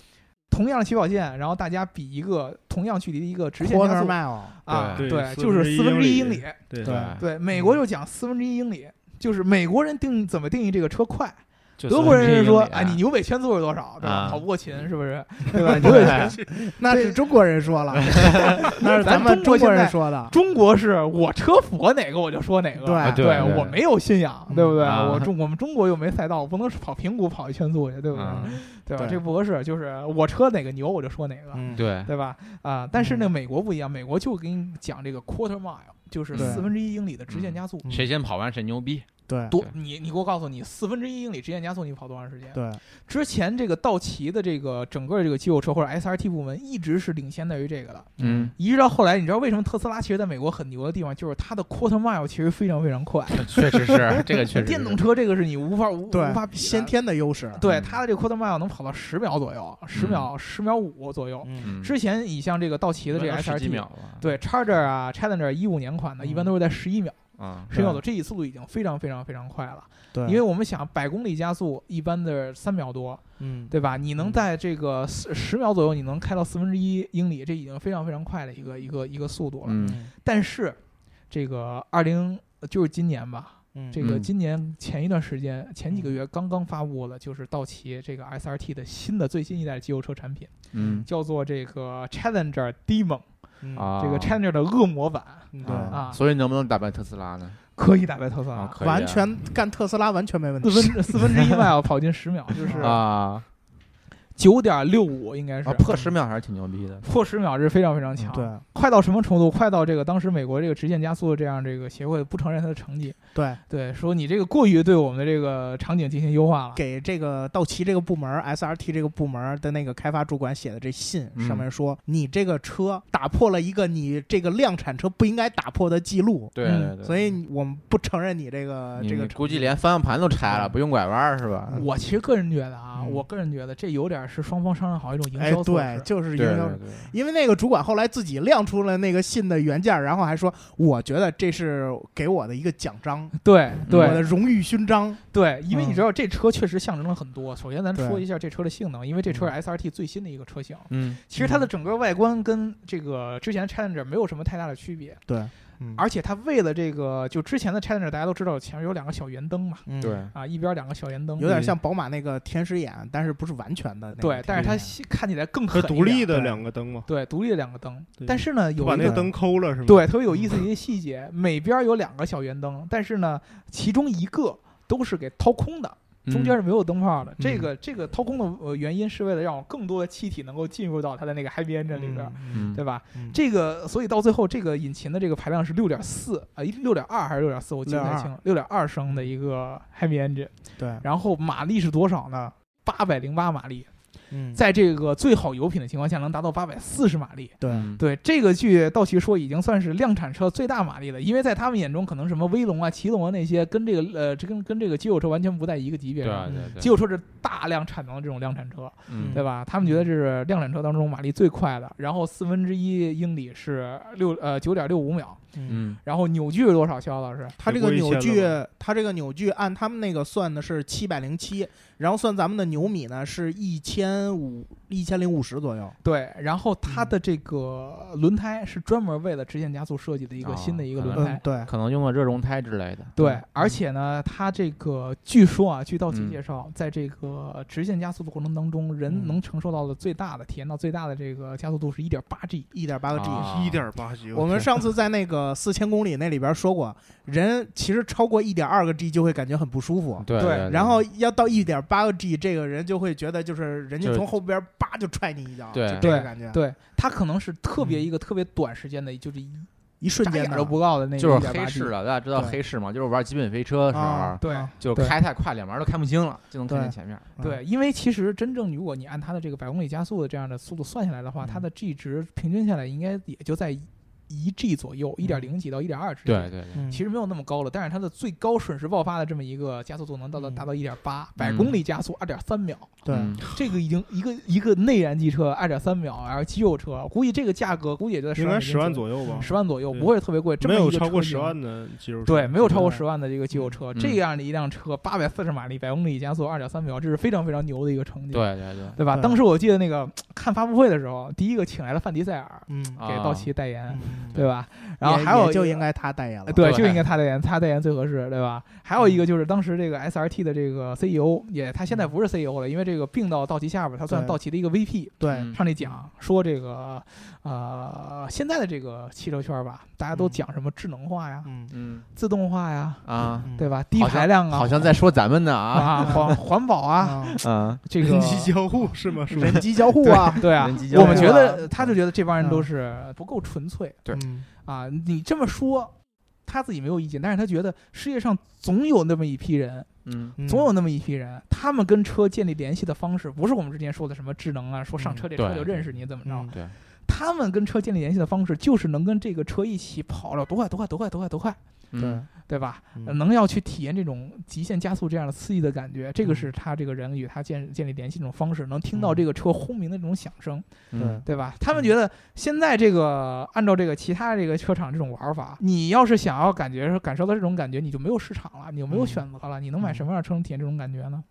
同样的起跑线，然后大家比一个同样距离的一个直线加
quarter
速
mile，
啊，
对
对，
对
就是四分之一英里
里。哎对
对
对，美国就讲四分之一英里，就是美国人定怎么定义这个车快，
就
德国人是说，
四分之一英里啊
哎，你牛尾圈速是多少，对吧？
啊
跑不过秦是不是？对吧？牛尾圈。
那是中国人说了， 那是咱
咱
们
中国
中国
现
人
在
说的，
中国是我车符合哪个我就说哪个，
对
啊
嗯
对对
啊我没有信仰，对不对？
啊
我中我们中国又没赛道，我不能跑平谷跑一圈速去，对不对？
嗯
啊
对吧？
对
这不合适，就是我车哪个牛我就说哪个，
嗯，
对
对吧？啊，但是呢，美国不一样，美国就给你讲这个 quarter mile，就是
对
四分之一英里的直线加速。
嗯
谁先跑完谁牛逼。
对
多，你你给我告诉你，四分之一英里直线加速你跑多长时间？
对
之前这个道奇的这个整个这个肌肉车或者 SRT 部门一直是领先在于这个的，
嗯，
一直到后来，你知道为什么特斯拉其实在美国很牛的地方，就是它的 quarter mile 其实非常非常快，
嗯确实是 这个确实是。啊
电动车这个是你无法无无法
对，
比的
啊
先，天的优势，
对
嗯
它的这个 quarter mile 能跑到十秒左右，十秒十秒五左右。
嗯，
嗯
之前你像这个道奇的这个
十几
SRT，
秒吧。
啊
嗯
对 Charger 啊 Challenger 一五年款的，一般都是在十一秒。
啊，
是要走，这一速度已经非常非常非常快了。
对，
因为我们想百公里加速一般的三秒多，
嗯，
对吧？你能在这个十十秒左右，你能开到四分之一英里，这已经非常非常快的一个一个一个速度了。
嗯，
嗯
但是这个二零就是今年吧。
嗯，
这个
嗯
今年前一段时间，前几个月刚刚发布了，就是道奇这个 SRT 的新的最新一代机油车产品，
嗯
叫做这个 Challenger Demon，
嗯，
啊，
这个 Challenger 的恶魔版，
嗯对，
啊，
啊
所以能不能打败特斯拉呢？
可以打败特斯
啊，
拉，
可以啊
完全干特斯拉完全没问
四
题。
分四分之一 mile 跑进十秒，就是
啊
九点六五应该是嗯
啊，破十秒还是嗯挺牛逼的，
破十秒是非常非常强，
对，
快到什么程度？快到这个当时美国这个直线加速的这样这个协会不承认他的成绩，
对，
对，说你这个过于对我们的这个场景进行优化了。
给这个道奇这个部门儿 SRT 这个部门儿的那个开发主管写的这信
嗯
上面说，你这个车打破了一个你这个量产车不应该打破的记录，
对
嗯
对对，
所以你我们不承认你这个
你
这个
你
成
估计
绩
连方向盘都拆
嗯
了，不用拐弯儿是吧？
我其实个人觉得啊，
嗯
我个人觉得这有点是双方商量好一种营
哎
销措施。
对，就是
对
营销
对对，
因为那个主管后来自己亮出了那个信的原件，然后还说，我觉得这是给我的一个奖章，
对对
嗯我的荣誉勋章。
对，因为你
嗯
知道这车确实象征了很多。首先，咱
对嗯
说一下这车的性能，因为这车是 SRT 最新的一个车型。
嗯
其实它的整个外观跟这个之前 Challenger 没有什么太大的区别，
对，
而且它为了这个，就之前的 Challenger 大家都知道前面有两个小圆灯嘛，
嗯，
对，
啊，一边两个小圆灯，
有点像宝马那个天使眼，但是不是完全的那个
对，但是它
天使
细看起来更
和
狠，
独立的
对
两个灯嘛，
对，独立的两个灯
对，
但是呢，有
把
一
那
个
灯抠了是吗？，
对特别有意思的一些细节，每边有两个小圆灯，但是呢，其中一个都是给掏空的，中间是没有灯泡的。这个这个掏空的呃原因是为了让更多的气体能够进入到它的那个 happy engine 里边，
嗯
对吧
嗯？
这个所以到最后，这个引擎的这个排量是六点四啊，六点二还是六点四，我记不太清了，六点二升的一个 happy engine，
对，
然后马力是多少呢？八百零八马力，
嗯，
在这个最好油品的情况下，能达到八百四十马力。
对，
嗯
对这个据道奇说，已经算是量产车最大马力了，因为在他们眼中，可能什么威龙啊、奇龙啊那些，跟这个呃，这跟跟这个肌肉车完全不在一个级别
对啊
上。
对对，
肌肉车是大量产能的这种量产车，
嗯
对吧？他们觉得这是量产车当中马力最快的，然后四分之一英里是六呃九点六五秒，
嗯，
嗯
然后扭矩是多少？肖老师，
它这个扭
回归一
矩
些了，
它这个扭矩按他们那个算的是七百零七，然后算咱们的牛米呢是一千五一千零五十左右。
对，然后
嗯
它的这个轮胎是专门为了直线加速设计的一个
哦
新的一个
看来
轮胎
嗯，，对，
可能用了热熔胎之类的，
对
嗯，
而且呢，它这个据说啊，据道奇
嗯
介绍，在这个直线加速的过程当中，人
嗯
能承受到的最大的、体验到最大的这个加速度是一点八 G。
一点八个 G。
啊
一点八 G，
我们上次在那个四千公里那里边说过，人其实超过一点二个 G 就会感觉很不舒服，
对
对
然后要到一点八个 G，这个人就会觉得就是人家
就是
从后边叭就踹你一脚，
对
就这个感觉，，
对，它可能是特别一个特别短时间的，就是一
一瞬
眨
间
眼
的
都不到的那个
就是
1.8
黑
G
市。啊了，大家知道
对
黑市吗？就是玩极品飞车的时候
啊，，
对
啊
就
对
开太快，两边都看不清了，就能看见
对
前面。
嗯
对，因为其实真正如果你按它的这个百公里加速的这样的速度算下来的话，它的 G 值平均下来应该也就在一 G 左右，一点零几到一点二之间。
对对对，
嗯
其实没有那么高了，但是它的最高瞬时爆发的这么一个加速度能到达
嗯
达到一点八百公里加速二点三秒，
对，
嗯
这个已经一个一个内燃机车二点三秒，然后肌肉车估计这个价格估计也就在
应该
十
十
万
万左右吧，
十万左右
对
不会特别贵，这么
没
一
有
个
超过
车
十
型
万的肌肉，
对，没有超过
对
十万的这个肌肉车，
嗯
这样的一辆车八百四十马力，百公里加速二点三秒，这是非常非常牛的一个成绩，
对对对，
对吧？
对
当时我记得那个看发布会的时候，第一个请来了范迪塞尔
嗯，
给
啊
道奇代言，
嗯
对吧？然后
也
还有
也就
一个
应该他代言了，
哎对，
对
就应该他代言，他代言最合适，对吧？还有一个就是当时这个 SRT 的这个 CEO，也他现在不是 CEO 了，因为这个病到道奇下边，他算
对
道奇的一个 VP。
对
嗯
上去讲说这个，呃，现在的这个汽车圈吧，大家都
嗯
讲什么智能化呀、
嗯
嗯
自动化呀，
啊，
嗯
对吧？低
好像
排量啊，
好像在说咱们呢啊
啊环环保啊，
啊，
嗯，
这个
人机 交互是吗？是吗
人机交互啊，
对啊
人机，交
我们
互
觉
啊
得他就觉得这帮人都是不够纯粹
对
嗯
啊。你这么说，他自己没有意见，但是他觉得世界上总有那么一批人，
嗯
嗯
总有那么一批人，他们跟车建立联系的方式，不是我们之前说的什么智能啊，说上
嗯
车这
对
车就认识你怎么着
嗯。
对，
他们跟车建立联系的方式，就是能跟这个车一起跑了多快多快多快多快多快。
嗯
对吧？
嗯
能要去体验这种极限加速这样的刺激的感觉，
嗯
这个是他这个人与他建建立联系这种方式，能听到这个车轰鸣的这种响声，
嗯
对吧？他们觉得现在这个按照这个其他这个车厂这种玩法，
嗯
你要是想要感觉感受到这种感觉，你就没有市场了，你就没有
嗯
选择了，你能买什么样的车能体验这种感觉呢？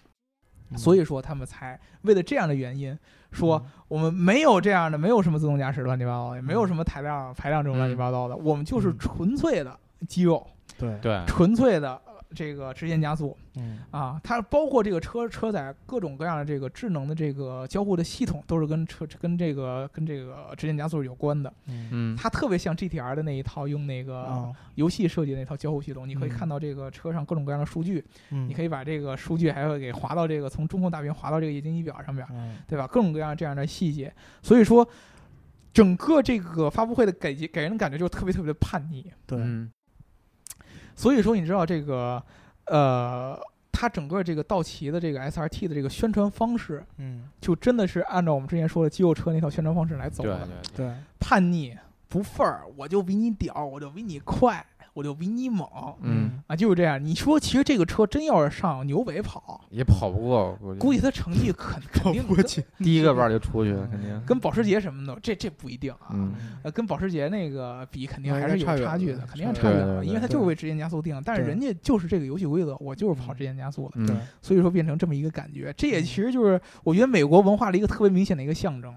嗯
所以说他们才为了这样的原因，说我们没有这样的，没有什么自动驾驶乱七八糟的，也没有什么排量排量这种乱七八糟的，我们就是
嗯
纯粹的肌肉，
对，
对，
纯粹的呃这个直线加速
嗯
啊，它包括这个车车载各种各样的这个智能的这个交互的系统，都是跟车跟这个跟这个直线加速有关的。
嗯
嗯，
它特别像 GTR 的那一套用那个
啊，
游戏设计的那套交互系统，你可以
嗯
看到这个车上各种各样的数据，
你
你可以把这个数据还会给滑到这个从中控大屏滑到这个液晶仪表上
嗯
面。对吧？各种各样这样的细节，所以说整个这个发布会的给给人的感觉就是特别特别的叛逆。
对，
嗯
所以说，你知道这个呃，它整个这个道奇的这个 SRT 的这个宣传方式，
嗯
就真的是按照我们之前说的肌肉车那套宣传方式来走
对
的，
对对，
嗯
对，
叛逆不忿儿，我就比你屌，我就比你快，我就比你猛。
嗯，
啊，就是这样。你说，其实这个车真要是上牛北跑，
也跑不过，我
估计它成绩肯肯定
我
跟
去，
第一个弯儿就出去了，肯定。
跟保时捷什么的，这这不一定啊。
嗯
呃，跟保时捷那个比，肯定
那
还
应
是
该
有
差远
差距的
了，
肯定是
差
差
远
远
了
了，
对
因为它
对
就是为直线加速定的，但是
对
人家就是这个游戏规则，我就是跑直线加速的，
嗯
对，
所以说变成这么一个感觉，这也其实就是我觉得美国文化的一个特别明显的一个象征，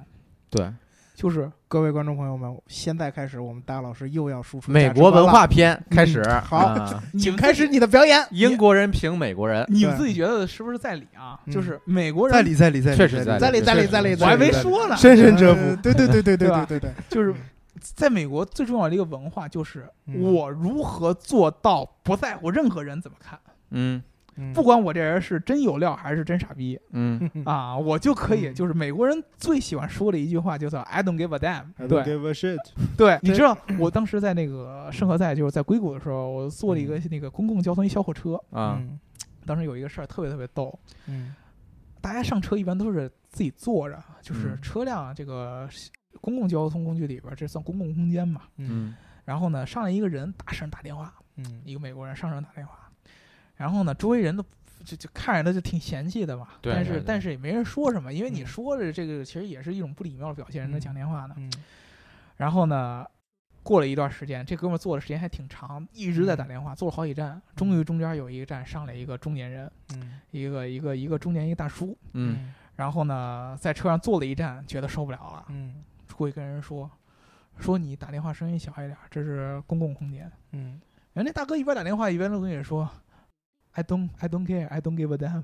对，
就是
各位观众朋友们，现在开始，我们大老师又要输出
美
价值
国
观
文
了，
化篇开始，
嗯好
啊
你
请
们
开
自己
始你的表演。
英国人评美国人，
你们
对
自己觉得是不是在理啊？就
嗯
是美国人
在理在理在理，
确实
在
在理
理在
确
理
实
在理
在
我还
理
没
确实
说呢，
深深折
呃
服。
对对对对对
对吧
对对对，
就是在美国最重要的一个文化就是
嗯
我如何做到不在乎任何人怎么看，
嗯
嗯
不管我这人是真有料还是真傻逼，
嗯，
啊，我就可以，
嗯
就是美国人最喜欢说的一句话，叫做 "I don't give a damn"。
对
对
，give a shit。
对，你知道我当时在那个圣何塞，就是在硅谷的时候，我坐了一个那个公共交通一小火车，
啊，
嗯
当时有一个事儿特别特别逗，
嗯
大家上车一般都是自己坐着，就是
嗯
车辆啊这个公共交通工具里边儿，这算公共空间嘛。
嗯
嗯
然后呢，上来一个人大声打电话，
嗯
一个美国人上车打电话，然后呢，周围人都就就看着他就挺嫌弃的嘛，
对
但
对
是
对
但是也没人说什么，因为你
嗯
说的这个其实也是一种不礼貌的表现，人家
嗯
讲电话呢。
嗯
然后呢，过了一段时间，这哥们儿坐的时间还挺长，一直在打
嗯
电话，坐了好几站，终于中间有一个站上来一个中年人，
嗯
一个一个一个中年一个大叔，
嗯，
然后呢，在车上坐了一站，觉得受不了了，
嗯
过去跟人说，说你打电话声音小一点，这是公共空间。
嗯
人家大哥一边打电话一边都跟你说，I don't I don't care I don't give a damn。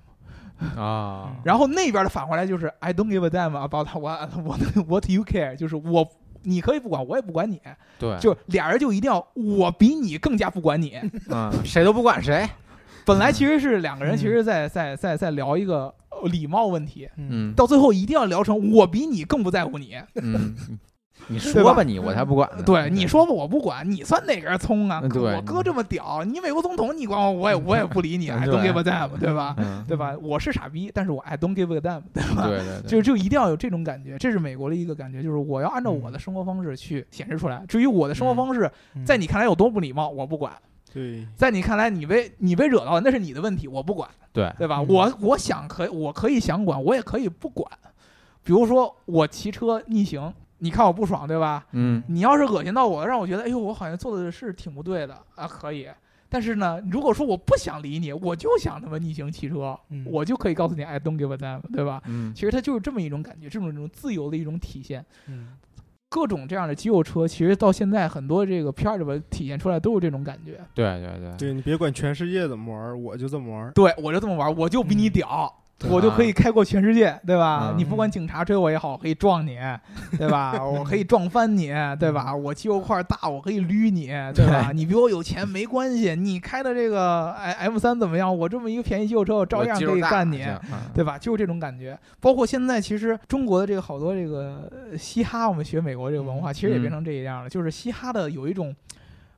啊
嗯，
然后那边的反过来就是 I don't give a damn about what what what you care，就是我你可以不管，我也不管你，
对，
就俩人就一定要我比你更加不管你。
啊， 谁都不管谁，
本来其实是两个人，
嗯
其实在在在在聊一个呃礼貌问题，
嗯
嗯
到最后一定要聊成我比你更不在乎你。
嗯，你
对
说
吧
吧你，我才不管呢。
对，你说吧，我不管，你算哪根葱啊？
嗯对
我哥这么屌，你美国总统你管我，我 也我也不理你，I don't
对
give a damn，对吧？
嗯，
对吧？我是傻逼，但是我 I don't give a damn，对吧？
对对 对，
就就一定要有这种感觉，这是美国的一个感觉，就是我要按照我的生活方式去显示出来。至于我的生活方式，
嗯
在你看来有多不礼貌，我不管；
对，
在你看来你被你被惹到了，那是你的问题，我不管，
对
对吧？
嗯
我我想可以我可以想管，我也可以不管。比如说我骑车逆行，你看我不爽，对吧？
嗯
你要是恶心到我，让我觉得哎呦，我好像做的是挺不对的啊，可以。但是呢，如果说我不想理你，我就想他妈逆行骑车，
嗯
我就可以告诉你 I don't give a damn，对吧？
嗯
其实它就是这么一种感觉，这种这种自由的一种体现。
嗯
各种这样的肌肉车，其实到现在很多这个片儿里边体现出来都是这种感觉。
对对对，
对你别管全世界怎么玩儿，我就这么玩儿。
对我就这么玩，我就比你
嗯
屌。
对啊
我就可以开过全世界，对吧？
嗯
你不管警察追我也好，我可以撞 你，对吧？我可以撞翻你，
嗯
对吧？我肌肉块儿大，我可以捋你，对吧？你比我有钱没关系，你开的这个 M 三怎么样？我这么一个便宜肌肉车，我照
我
样
肌
可
肉
以
大
干你。
这样啊
对吧？就是这种感觉。包括现在，其实中国的这个好多这个呃嘻哈，我们学美国这个文
嗯
化，其实也变成这样了。就是嘻哈的有一种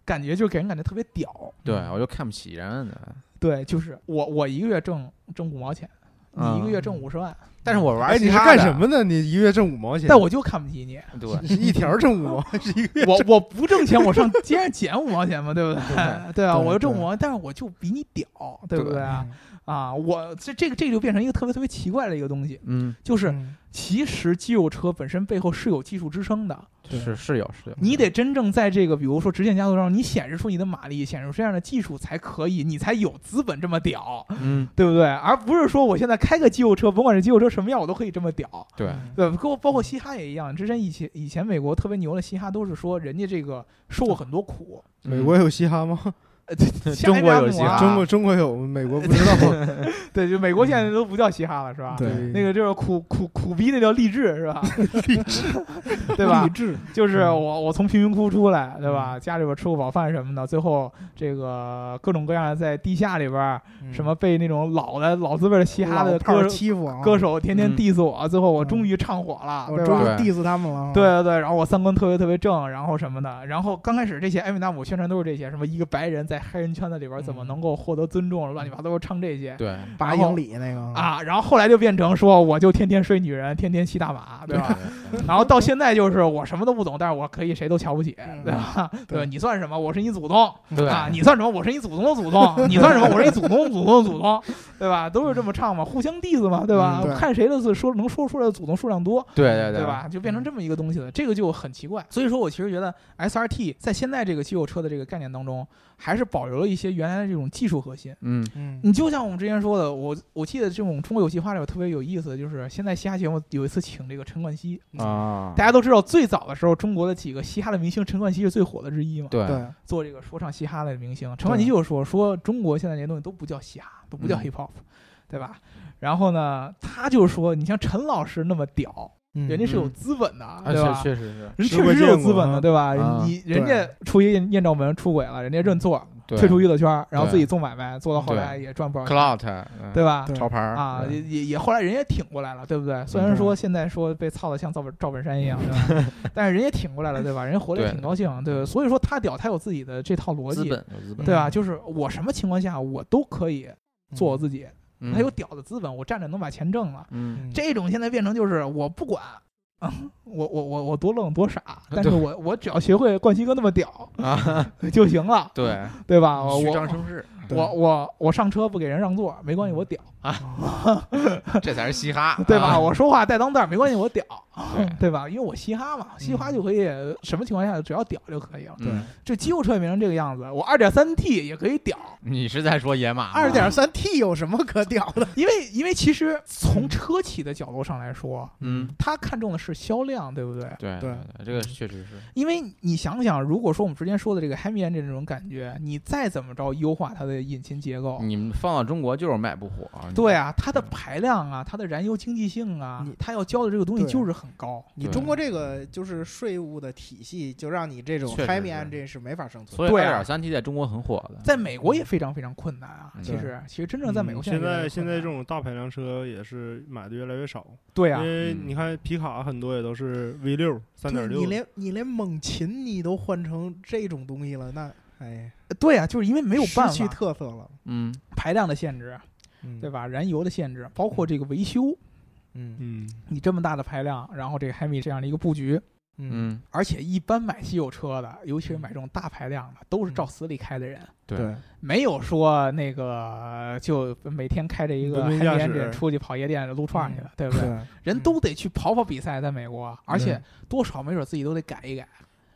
感觉，就是给人感觉特别屌。
对，我就看不起人。
对，就是我我一个月挣挣五毛钱，你一个月挣五十万，
但是我玩
哎，你
其
是
他
干
的
什？么呢？你一月挣五毛钱，
但我就看不起你。
对，
一条挣五毛，是一个月
我我不挣钱，我上街上捡五毛钱嘛，对不对？
对
对啊，
对
我就挣
对
五毛，但是我就比你屌，对不
对
对啊？啊，我这这个这个就变成一个特别特别奇怪的一个东西，
嗯，
就是
嗯
其实肌肉车本身背后是有技术支撑的，
对
是是有是有，
你得真正在这个比如说直线加速上，你显示出你的马力，显示出这样的技术才可以，你才有资本这么屌，
嗯，
对不对？而不是说我现在开个肌肉车，甭管是肌肉车什么样，我都可以这么屌。
对，
对，包包括嘻哈也一样。之前以前以前美国特别牛的嘻哈，都是说人家这个受过很多苦，
美国有嘻哈吗？
呃，对
中国嗯有嘻哈
啊
中国中国有，美国不知道。
对，就美国现在都不叫嘻哈了，是 吧？
对
那个就是苦苦苦逼，那叫励志，是吧？
励
志， 对吧
励？嗯志，
就是我我从贫民窟出来，对吧？家里边吃不饱饭什么的，最后这个各种各样的在地下里边儿，
嗯
什么被那种老的老字辈的嘻哈的
老炮儿
歌
欺负我，
歌手天天
嗯
diss 我，最后我
嗯
终于唱火了，
我
对
终于
吧？
对
diss 他们了，
对，对对，然后我三观特别特别正，然后什么的，然后刚开始这些哎艾米纳姆宣传都是这些，什么一个白人在黑人圈子里边怎么
嗯
能够获得尊重，乱七八糟唱这些，
对，
八
然后
英里那个，
啊，然后后来就变成说我就天天睡女人，天天吸大麻，对 吧？然后到现在就是我什么都不懂，但是我可以谁都瞧不起，
嗯
对吧？
对
吧你算什么？我是你祖宗
对
啊！你算什么？我是你祖宗的祖 宗，你算什么？我是你祖宗祖宗的祖宗，对吧？都是这么唱嘛，互相 diss 嘛，对吧？
嗯对
看谁的字说能说出来的祖宗数量多，
对对嗯
对？吧？就变成这么一个东西了，这个就很奇怪。所以说我其实觉得 SRT 在现在这个肌肉车的这个概念当中，还是保留了一些原来的这种技术核心。
嗯，
嗯，
你就像我们之前说的，我我记得这种中国有嘻哈里有特别有意思的，就是现在嘻哈节目有一次请这个陈冠希，嗯
啊，
大家都知道最早的时候中国的几个嘻哈的明星，陈冠希是最火的之一嘛，
对
对，
做这个说唱嘻哈的明星，陈冠希就说说中国现在这些东西都不叫嘻哈，都不叫
嗯
hip hop，、对吧？然后呢，他就说，你像陈老师那么屌，
嗯
人家是有
嗯
资本的，
啊
对吧？
是确实是，
人
吃
确
过
实是有
见
资
过
本的，
啊
对吧？
啊
你人家出一艳艳照门出轨了，人家认错，
对
退出娱乐圈儿，然后
对
自己做买卖，做到后来也赚不少钱，
clout，嗯
对吧？
对
潮牌儿
啊，也
对嗯
也也后来人也挺过来了，对不对？虽然说现在说被操的像赵本赵本山一样，对 吧？但是人也挺过来了，对吧？人家活得也
对
挺高兴，对吧所以说他屌，他有自己的这套逻
资
辑，
本有资本，
对吧？啊就是我什么情况下我都可以做我自己，
嗯
他有屌的资本，我站着能把钱挣了。
嗯，
嗯，
这种现在变成就是我不管。 啊我我我我多愣多傻，但是
啊对
我我只要学会冠希哥那么屌
啊，
就行了，
对，
对吧？哦我
虚
我
张声 嗯势，
对
我我我上车不给人让座没关系，我屌，
这才是嘻哈
，对吧？
啊
我说话带脏字儿没关系，我屌，
对
对吧？因为我嘻哈嘛，嘻哈就可以，什么情况下只要屌就可以了。
对
嗯
这肌肉车也变成这个样子，我二点三 T 也可以屌，
你是在说野马吗？
二点三 T 有什么可屌的？
因为因为其实从车企的角度上来说，
嗯，
他看重的是销量，对不对？嗯
对
对
对，这个确实是，
因为你想想，如果说我们之前说的这个 Hemi Engine 这种感觉，你再怎么着优化它的引擎结
嗯
构，
你们放到中国就是卖不火，
哦对，啊，它的排量啊，它的燃油经济性啊
嗯
你，
它要交的这个东西
对
就是很高。
你
对
中国这个就是税务的体系，就让你这种
确实
h a
是
m 这是没法生存。
所以
对
二
啊
点三 T 在中国很火的，
在美国也非常非常困难啊。
嗯
其实，其实真正在美国在
现
现
在嗯现在这种大排量车也是买的越来越少，
对
因
啊，
为你
嗯
看皮卡很多也都是 V 六、三
对
点
你
六，
连你连猛禽你都换成这种东西了，那哎，
对啊，就是因为没有办
失去
法
特色了，
嗯，
排量的限制，
嗯
对？吧？燃油的限制，包括这个维修，
嗯
嗯，
你这么大的排量，然后这个 Hemi 这样的一个布局，
嗯，
嗯，
而且一般买稀有车的，尤其是
嗯
买这种大排量的，都是照死里开的人。
对
对，
没有说那个就每天开着一个
文明
Hemi
驾
Engine
驶
出去跑夜店撸串去了，对 不对？
对，
人都得去跑跑比赛，在美国，而且
嗯
多少没准自己都得改一改，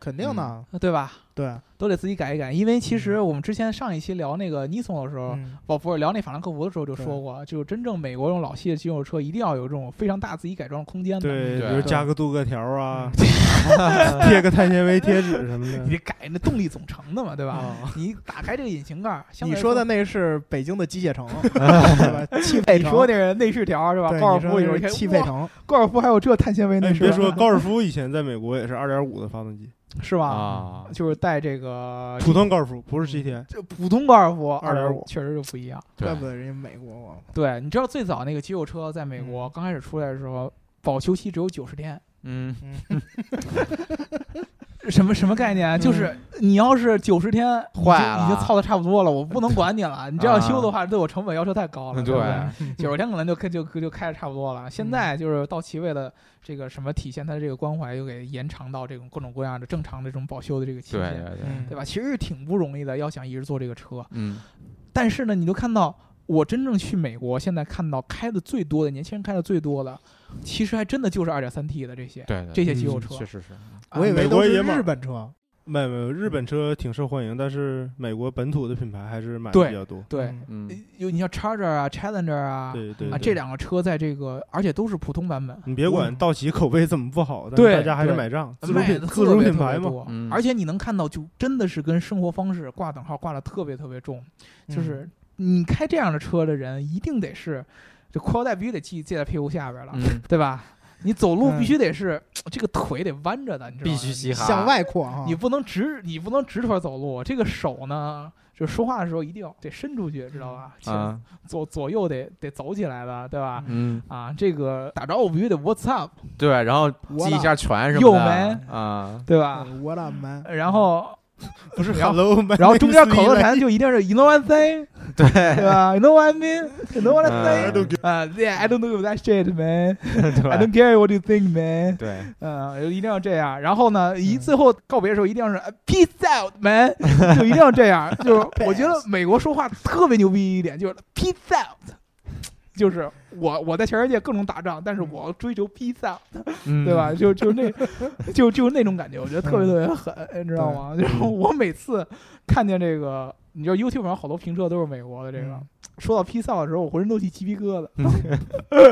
肯定的，
对吧？
对，
都得自己改一改，因为其实我们之前上一期聊那个尼松的时候，
嗯
不不是聊那法兰克福的时候就说
对
过，就是真正美国这种老系的肌肉车一定要有这种非常大自己改装的空间的，
对，
对
比如加个镀铬条啊，
嗯
贴个碳纤维贴纸什么
你
的。
得改那动力总成的嘛，对吧？
啊
你打开这个引擎盖，相对
你
来
说的那是北京的机械城，对吧？汽配
哎你说
城，
那个内饰条是吧？
对，
高尔
你
夫
说
有
的
一
是
天
汽配
哇
城，
高尔夫还有这碳纤维
哎，
内
你
饰，
别说，高尔夫以前在美国也是二点五的发动机，
是吧？
啊，
就是带这个
普通高尔夫不
嗯
是 GTI，
这普通高尔夫
2.5
确实就不一样。
怪不得人家美国我
对，你知道最早那个肌肉车在美国
嗯
刚开始出来的时候，保修期只有九十天。
嗯，
什么什么概念啊？就是你要是九十天已经
坏了
已经操的差不多了，我不能管你了。你这要修的话，对我成本要求太高了。
嗯
对
对
不，九十天可能就开就就开的差不多了。现在就是到期为了这个什么体现它的这个关怀，又给延长到这种各种各样的正常的这种保修的这个期
对
限，
对对，
嗯
对吧？其实挺不容易的，要想一直做这个车，
嗯，
但是呢，你就看到我真正去美国，现在看到开的最多的年轻人开的最多的，其实还真的就是二点三 T 的这些
对对，嗯
这些肌肉车。
确实是，
啊
我以为
美
都
国
是
也买
日本车，
没没，日本车挺受欢迎，但是美国本土的品牌还是买的
对
比较多。
对，
嗯，
嗯，
有你像 Charger 啊、Challenger 啊
对对
啊
对
这两个车在这个，而且都是普通版本，
你别管道奇口碑怎么不好，但
对
大家还是
对
买账，自主
卖
品
的
自
特
主
别
品
特
牌
别
嘛。
多
嗯
而且你能看到，就真的是跟生活方式挂等号，挂的特别特别重。就
嗯
是你开这样的车的人，一定得是这裤腰带必须得系系在屁股下边了，
嗯，
对吧？你走路必
嗯
须得是、这个腿得弯着的，你知道吗？
必须嘻哈，
向外扩啊，
你不能直，你不能直腿走路。这个手呢，就说话的时候一定要得伸出去，知道吧？
啊，
左左右得得走起来的，对吧？
嗯，
啊，这个打招呼必须得 What's up，
对，然后记一下拳什
右
么
门
的啊，
对吧？
嗯我的妈！
嗯
然后不是，然后
Hello，my
然后中
name
间
is
口头
Leland
禅就一定是 You know what I'm saying，对吧？You know what I mean，You know what
嗯
I say，啊，Yeah, I don't know that shit, man. I don't care what you think, man.
对，
嗯，一定要这样。然后呢，一最后告别的时候一定要是呃 peace out man，就 一定要这样。就是我觉得美国说话特别牛逼一点，就是 peace out，就是我我在全世界各种打仗，但是我追求 peace out，对
对
吧？？就就那，就就那种感觉，我觉得特别特别狠，你知道吗？就是我每次看见这个，你知道 YouTube 上好多评测都是美国的这个
嗯。
说到 peace out 的时候，我浑身都起鸡皮疙瘩，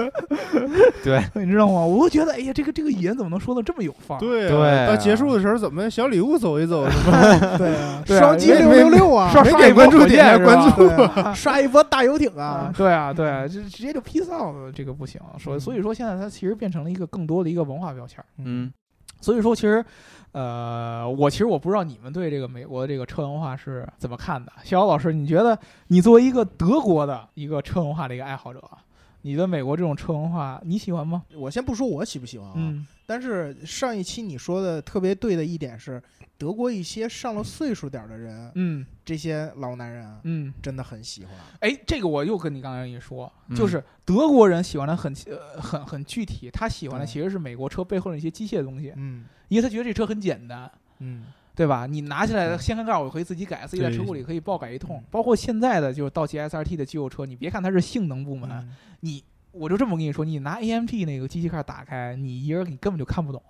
对，
你知道吗？我都觉得，哎呀，这个这个语言怎么能说的这么有范儿？
对啊
对啊
到结束的时候怎么小礼物走一走什么？
对啊，
对啊
双击
没
六六六啊，
刷
没
刷
给
一
关
波
注
火
点
箭
啊
是
关
吧
注
对啊刷一波大游艇啊
啊，，对啊，对啊，就直接就 peace out 这个不行，啊所以所以说现在它其实变成了一个更多的一个文化标签儿。
嗯，
所以说其实，呃，我其实我不知道你们对这个美国的这个车文化是怎么看的。逍遥老师，你觉得你作为一个德国的一个车文化的一个爱好者，啊你对美国这种车文化你喜欢吗？
我先不说我喜不喜欢啊，
嗯
但是上一期你说的特别对的一点是，德国一些上了岁数点儿的人，
嗯
这些老男人啊
嗯，
真的很喜欢。
哎，这个我又跟你刚才一说，
嗯
就是德国人喜欢的很呃很很具体，他喜欢的
对
其实是美国车背后的一些机械的东西，
嗯
因为他觉得这车很简单。
嗯，
对吧？你拿起来的
嗯
掀开盖儿，我可以自己改，自己在车库里可以爆改一通
嗯。
包括现在的就是道奇 SRT 的肌肉车，你别看它是性能部门，
嗯
你我就这么跟你说，你拿 AMG 那个机器盖儿打开，你一人你根本就看不懂，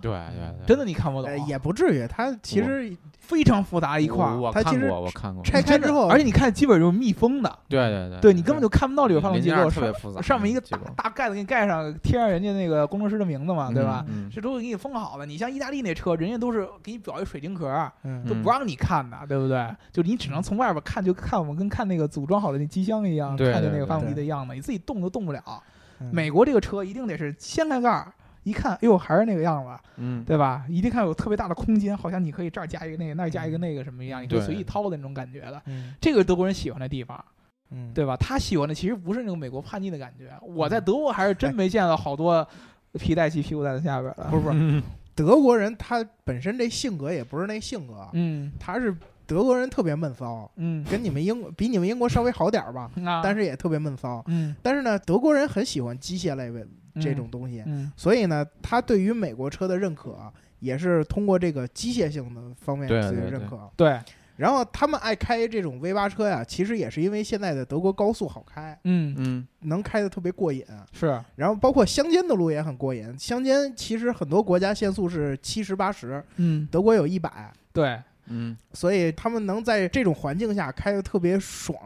对对对，
真的你看不懂，
呃也不至于，他其实
非常复杂一块
我
儿。
我
它其
看
实
过，我看过，
拆开
真的
之后
而且你看，基本就是密封的，
对对对，
对你根本就看不到里边发动
零
机
件
给我
特别
上
复杂，
上面一个
结
大
构
大盖子给你盖上，贴上人家那个工程师的名字嘛，对吧？
嗯
这都给你封好了。你像意大利那车，人家都是给你裱一水晶壳儿，
嗯
都不让你看的，对不对？就你只能从外边看，就看我们跟看那个组装好的那机箱一样，
对
看着那
对
个
对
发动机
对
的样子，你自己动都动不了。
嗯
美国这个车一定得是掀开盖儿。一看，哎呦，还是那个样子，
嗯，
对吧？一定看有特别大的空间，好像你可以这儿加一个那个，那儿加一个那个什么一样，你可以
嗯对
随意掏的那种感觉的。
嗯
这个是德国人喜欢的地方，
嗯，
对吧？他喜欢的其实不是那种美国叛逆的感觉。啊我在德国还是真没见到好多皮带系屁股带子下边的。
不是不是，
嗯
德国人他本身这性格也不是那性格，啊
嗯
他是德国人特别闷骚，
嗯，
跟你们英国比你们英国稍微好点儿吧，
啊
那
但
是
是也特别闷骚。
嗯
但是呢，德国人很喜欢机械类的这种东西，
嗯
所以呢，他对于美国车的认可啊也是通过这个机械性的方面
对
自己
对
认
对
可。
对
然后他们爱开这种 V 八车呀，其实也是因为现在的德国高速好开，
嗯
嗯
能开的特别过瘾。
是
然后包括乡间的路也很过瘾，乡间其实很多国家限速是七十八十，
嗯
德国有一百，
对
嗯，
所以他们能在这种环境下开的特别爽。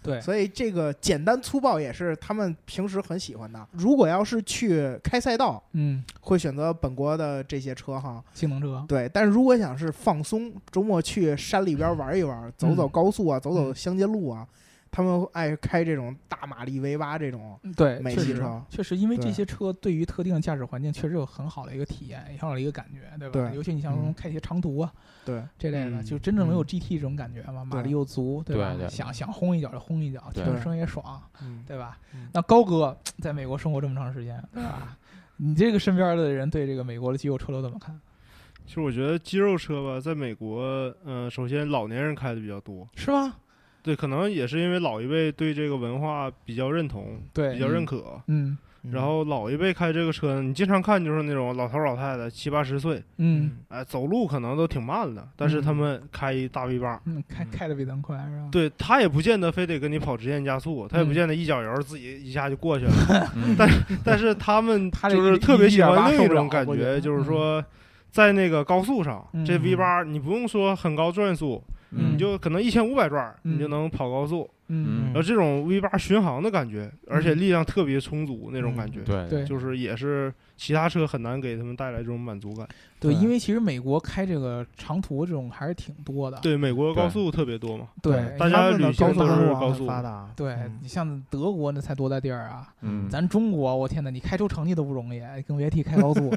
对
所以这个简单粗暴也是他们平时很喜欢的。如果要是去开赛道，
嗯，
会选择本国的这些车哈。
性能车，
对，但是如果想是放松，周末去山里边玩一玩，走走高速啊，走
嗯
走乡间路啊，他们爱开这种大马力 V 八这种。
嗯对，
美
确
系
实
车
确实，因为这
对
些车对于特定的驾驶环境确实有很好的一个体验，很好的一个感觉，对吧？
对
尤其你像这种
嗯
开一些长途啊
对，
这类的，
嗯
就真正能有
嗯
GT 这种感觉嘛，马
对
力又足，吧？
对对
想想轰一脚就轰一脚，听着
对
声也爽，
嗯，
对吧？
嗯
那高哥在美国生活这么长时间，对吧？你这个身边的人对这个美国的肌肉车流怎么看？
其实我觉得肌肉车吧，在美国，呃，首先老年人开的比较多，
是吧？
对，可能也是因为老一辈对这个文化比较认同，比
对，
较认
嗯
可。
嗯
然后老一辈开这个车呢，你经常看就是那种老头老太太七八十岁，
嗯
哎，走路可能都挺慢的，但是他们开一大 V 八，
嗯，开
嗯
开的比咱快是吧？
对他也不见得非得跟你跑直线加速，他也不
嗯
见得一脚油自己一下就过去了，
嗯
但 但是他们
他这
就是
一
特别喜欢
1.8
另一
受不了
种感
我觉得
觉，就是说。在那个高速上，这
嗯
V 八你不用说很高转速，
嗯
你就可能一千五百转儿，
嗯
你就能跑高速。
嗯
然后这种 V 八巡航的感觉，而且力量特别充足那种感觉，
对
嗯对
就是也是其他车很难给他们带来这种满足感。
对，
对
因为其实美国开这个长途这种还是挺多的，
对，美国高速特别多嘛，
对
大家旅行都是
啊
高
啊
速，
发达，
对
嗯
你像德国那才多大地儿啊，
嗯
咱中国，我天哪，你开出成绩都不容易，更别提开高速，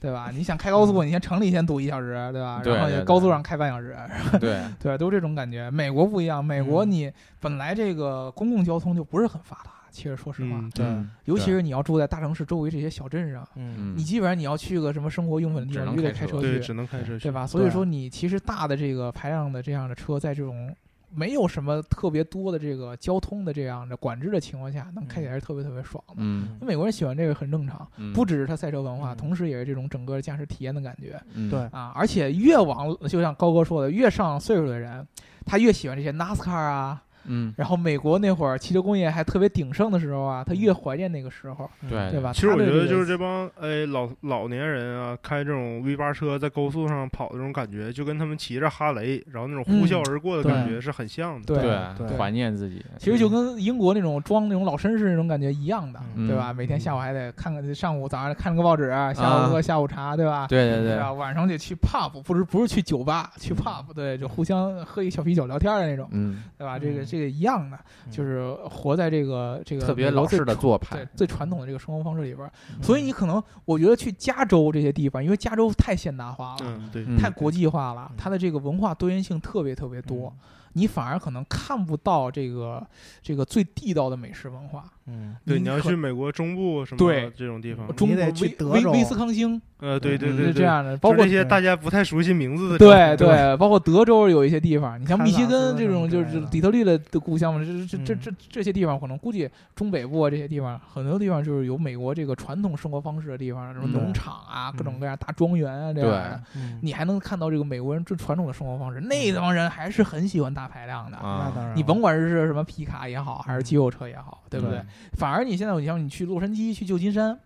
对吧？你想开高速，你先城里先堵一小时，对吧？
对
然后
对
也
对
高速上开半小时，
对
对，都是这种感觉。美国不一样，美国
嗯
你本来这个公共交通就不是很发达，其实说实话，
嗯，对，
尤其
对
是你要住在大城市周围这些小镇上，
嗯
嗯
你基本上你要去个什么生活用品的地
只
方，
能啊
你就得
开
开
车
车
对，
去，
只能开车去
对。吧？所以
对
说你其实大的这个排量的这样的车，在这种没有什么特别多的这个交通的这样的管制的情况下，能开起来是特别特别爽的。
嗯
美国人喜欢这个很正常，
嗯
不只是它赛车文化，
嗯
同时也是这种整个驾驶体验的感觉
嗯
对
啊。而且越往就像高哥说的，越上岁数的人，他越喜欢这些 NASCAR 啊。
嗯
然后美国那会儿汽车工业还特别鼎盛的时候啊，他越怀念那个时候，
嗯
对
对吧？
其实我觉
啊他对
得
这个
就是这帮哎老老年人啊，开这种 V 八车在高速上跑的这种感觉，就跟他们骑着哈雷，然后那种呼啸而过的感觉是很像的。
嗯对
对
怀念自己，
其实就跟英国那种装那种老绅士那种感觉一样的，
嗯
对吧？每天下午还得看看，上午早上看个报纸，啊下午喝个下午茶，对吧？
对对
对
对，
吧？晚上得去 pub，不是不是去酒吧，去 pub，对，就互相喝一小啤酒聊天的那种，
嗯，
对吧？这个
嗯
这个一样的，就是活在这个这个
特别
美国
老
最
式的
传
做
对
派，
嗯
最传统的这个生活方式里边儿。所以你可能我觉得去加州这些地方，因为加州太现代化了，
嗯，对，
嗯
太国际化了
嗯，
它的这个文化多元性特别特别
嗯
多，你反而可能看不到这个这个最地道的美食文化。
嗯，
对，
你
你要
可
去美国中部什么
对
这种地方，
中
你
国
得去
威
德
威
州啊
威斯康星
呃，对对
嗯
对
是
对，
这样的，包
就
括嗯
这些大家不太熟悉名字的地
对
方，
对，包括德州有一些地方，你像
堪
密西
萨斯啊
根这
什
种
么之
就
类
是
的
底特律的的故乡嘛，这这这
嗯
这这些地方可能估计中北部啊这些地方，很多地方就是有美国这个传统生活方式的地方，什么
嗯
农场啊，各种
嗯
各样大庄园啊这样的，
嗯
你还能看到这个美国人最传统的生活方式，那帮人还是很喜欢大排量的。
那
啊，
当然，
你甭管是什么皮卡也好，
嗯
还是肌肉车也好，对不对？
对
反而你现在你像你去洛杉矶、去旧金山、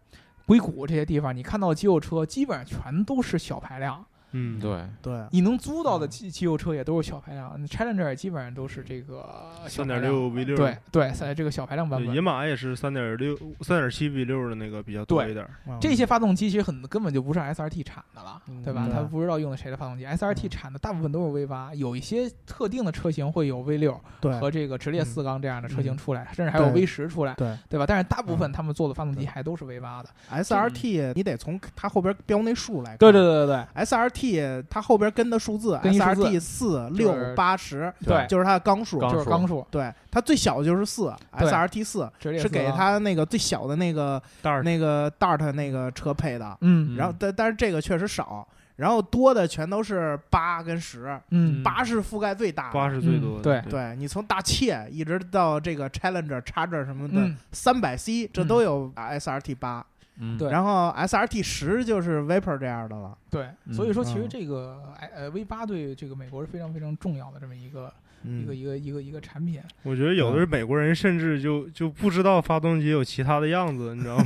硅谷这些地方，你看到肌肉车基本上全都是小排量，
嗯，
对，
对，
你能租到的
嗯
肌肌肉车也都是小排量，你 Challenger 也基本上都是这个小
三
排
点
量
六 V 六，
对对，在这个小排量版
对，
本
野。马也是三点六、三点七 V 六的那个比较多
对
一点儿。
这些发动机其实很根本就不是 SRT 产的了，
嗯
对吧？
对
它不知道用的谁的发动机，SRT
嗯
产的大部分都是 V 八，有一些特定的车型会有 V 六
对
和这个直列四缸这样的车型
嗯
出来，甚至还有
对
V 十出来，
对
对吧？但是大部分
嗯
他们做的发动机
对
还都是 V 八的。
SRT，你得从它后边标那数来看。
对对对对
SRT 它后边跟的数字
跟一数字
，SRT
就
四
是
六八十，
对
就是它的缸数。
缸
就是
数
缸数，
对，它最小的就是四
对
，SRT 四
直列
是
四啊
给
缸，
它那个最小的那个
大二
那个 Dart 那个车配的。
嗯
然后但但是这个确实少，然后多的全都是八跟十，
嗯
八是覆盖最大的。
八是最多的，
嗯，
对你从大切一直到这个 Challenger、Charger 什么的
嗯，
三百 C 这都有 SRT 八，
嗯
对
然后 SRT 十就是 Vapor 这样的了。
对，
嗯
所以说其实
嗯
这个哎呃 V 八对这个美国是非常非常重要的这么一个一
嗯
个一嗯个一个一个产品，
我觉得有的是美国人甚至就就不知道发动机有其他的样子，你知道吗？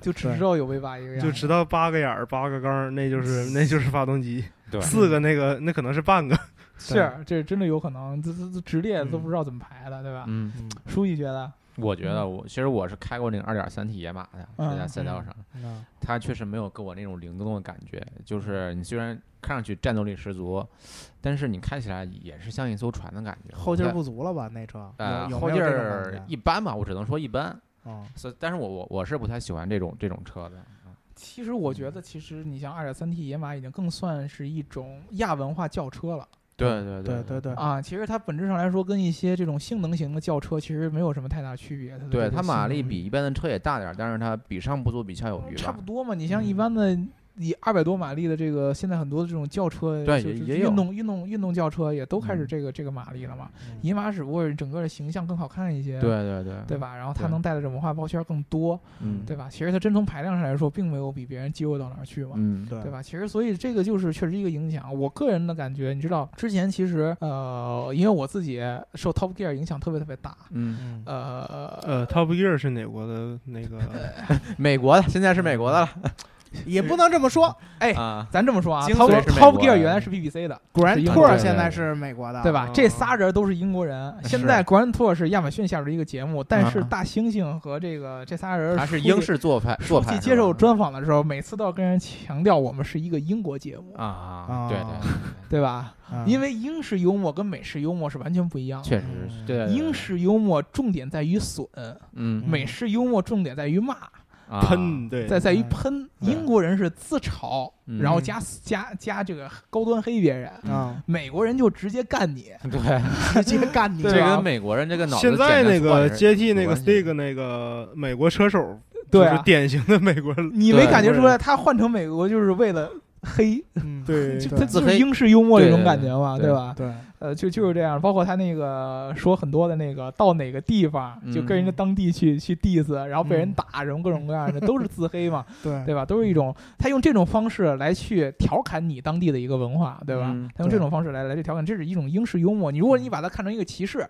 就只
对
知道有 V 八一个样
就
子，
知道八个眼儿、八个缸儿，那就是那就是发动 机。
对
四个那个那可能是半个。
是这真的有可能，这这这直列都
嗯
不知道怎么排的，对吧？
嗯，
嗯
书记觉得，
我觉得我其实我是开过那个二点三 T 野马的，
嗯
在家赛道上，
嗯
它确实没有给我那种灵动的感觉。就是你虽然看上去战斗力十足，但是你开起来也是像一艘船的感觉。
后劲
它
儿不足了吧？那车
呃，
有有
后
没
劲
有这种感
儿
觉
一般吧，我只能说一般。
嗯
所以但是我我我是不太喜欢这种这种车的。
其实我觉得，其实你像二点三 T 野马已经更算是一种亚文化轿车了
对对
对对
对
对，
啊。其实它本质上来说，跟一些这种性能型的轿车其实没有什么太大区别。它的
对，
这个
它马
性能
力比一般的车也大点儿，但是它比上不足，比下有余吧。
嗯差不多嘛。你像一
嗯
般的以二百多马力的这个，现在很多的这种轿车，
对
就是
也也有
运动运动运动轿车也都开始
嗯
这个这个马力了嘛。
嗯
银马只不过是整个的形象更好看一些，
对对对，
对吧？然后它
对
能带来的文化包圈更多，
嗯
对吧？其实它真从排量上来说，并没有比别人激弱到哪儿去嘛。
嗯
对
对吧？其实，所以这个就是确实一个影响。我个人的感觉，你知道，之前其实呃，因为我自己受 Top Gear 影响特别特别大，
嗯，
嗯
呃，
呃，Top Gear 是哪国的那个？
美国的现在是美国的了
也不能这么说。
哎
啊，
咱这么说啊
精
，Top
髓是美
Top
国
Gear
的
原来是 BBC 的，
Grand
是英国
Tour
人
现在是美国的，
对吧？
哦
这
嗯
仨人都是英国人。现在 Grand Tour 是亚马逊下边的一个节目，但是大猩猩和这个这仨人
嗯他是
出去
英式做派做
出
派
去
是吧，
接受专访的时候，每次都要跟人强调我们是一个英国节目，
啊，对对
啊
对，
对吧？
嗯？
因为英式幽默跟美式幽默是完全不一样的。
确实是对对对
英式幽默重点在于损，
嗯
美式幽默重点在于骂，
啊
喷对，
在在于
嗯
喷。
对
英国人是自嘲，
嗯
然后加加加这个高端黑别人。
啊，
美国人就直接干 你，
对，
啊
直接干你
这
吧，
跟美国人这个脑子
现在
简单
那
粗暴也
个
是
接替
有
那个
关系
Stig 那个美国车手，
对
就
啊
是典型的美 国
你没
对
感觉出来他换成美国就是为了黑，
嗯
对
就
对
他就
对
自黑
是英式幽默这种感觉嘛，
对对
吧？
对
呃，就就是这样，包括他那个说很多的那个到哪个地方
嗯
就跟人家当地去去 diss，然后被人打，什么各种各样的，都是自黑嘛，
对
对吧？都是一种他用这种方式来去调侃你当地的一个文化，对吧
嗯？
他用这种方式来来去调侃，这是一种英式幽默。你如果你把它看成一个歧视，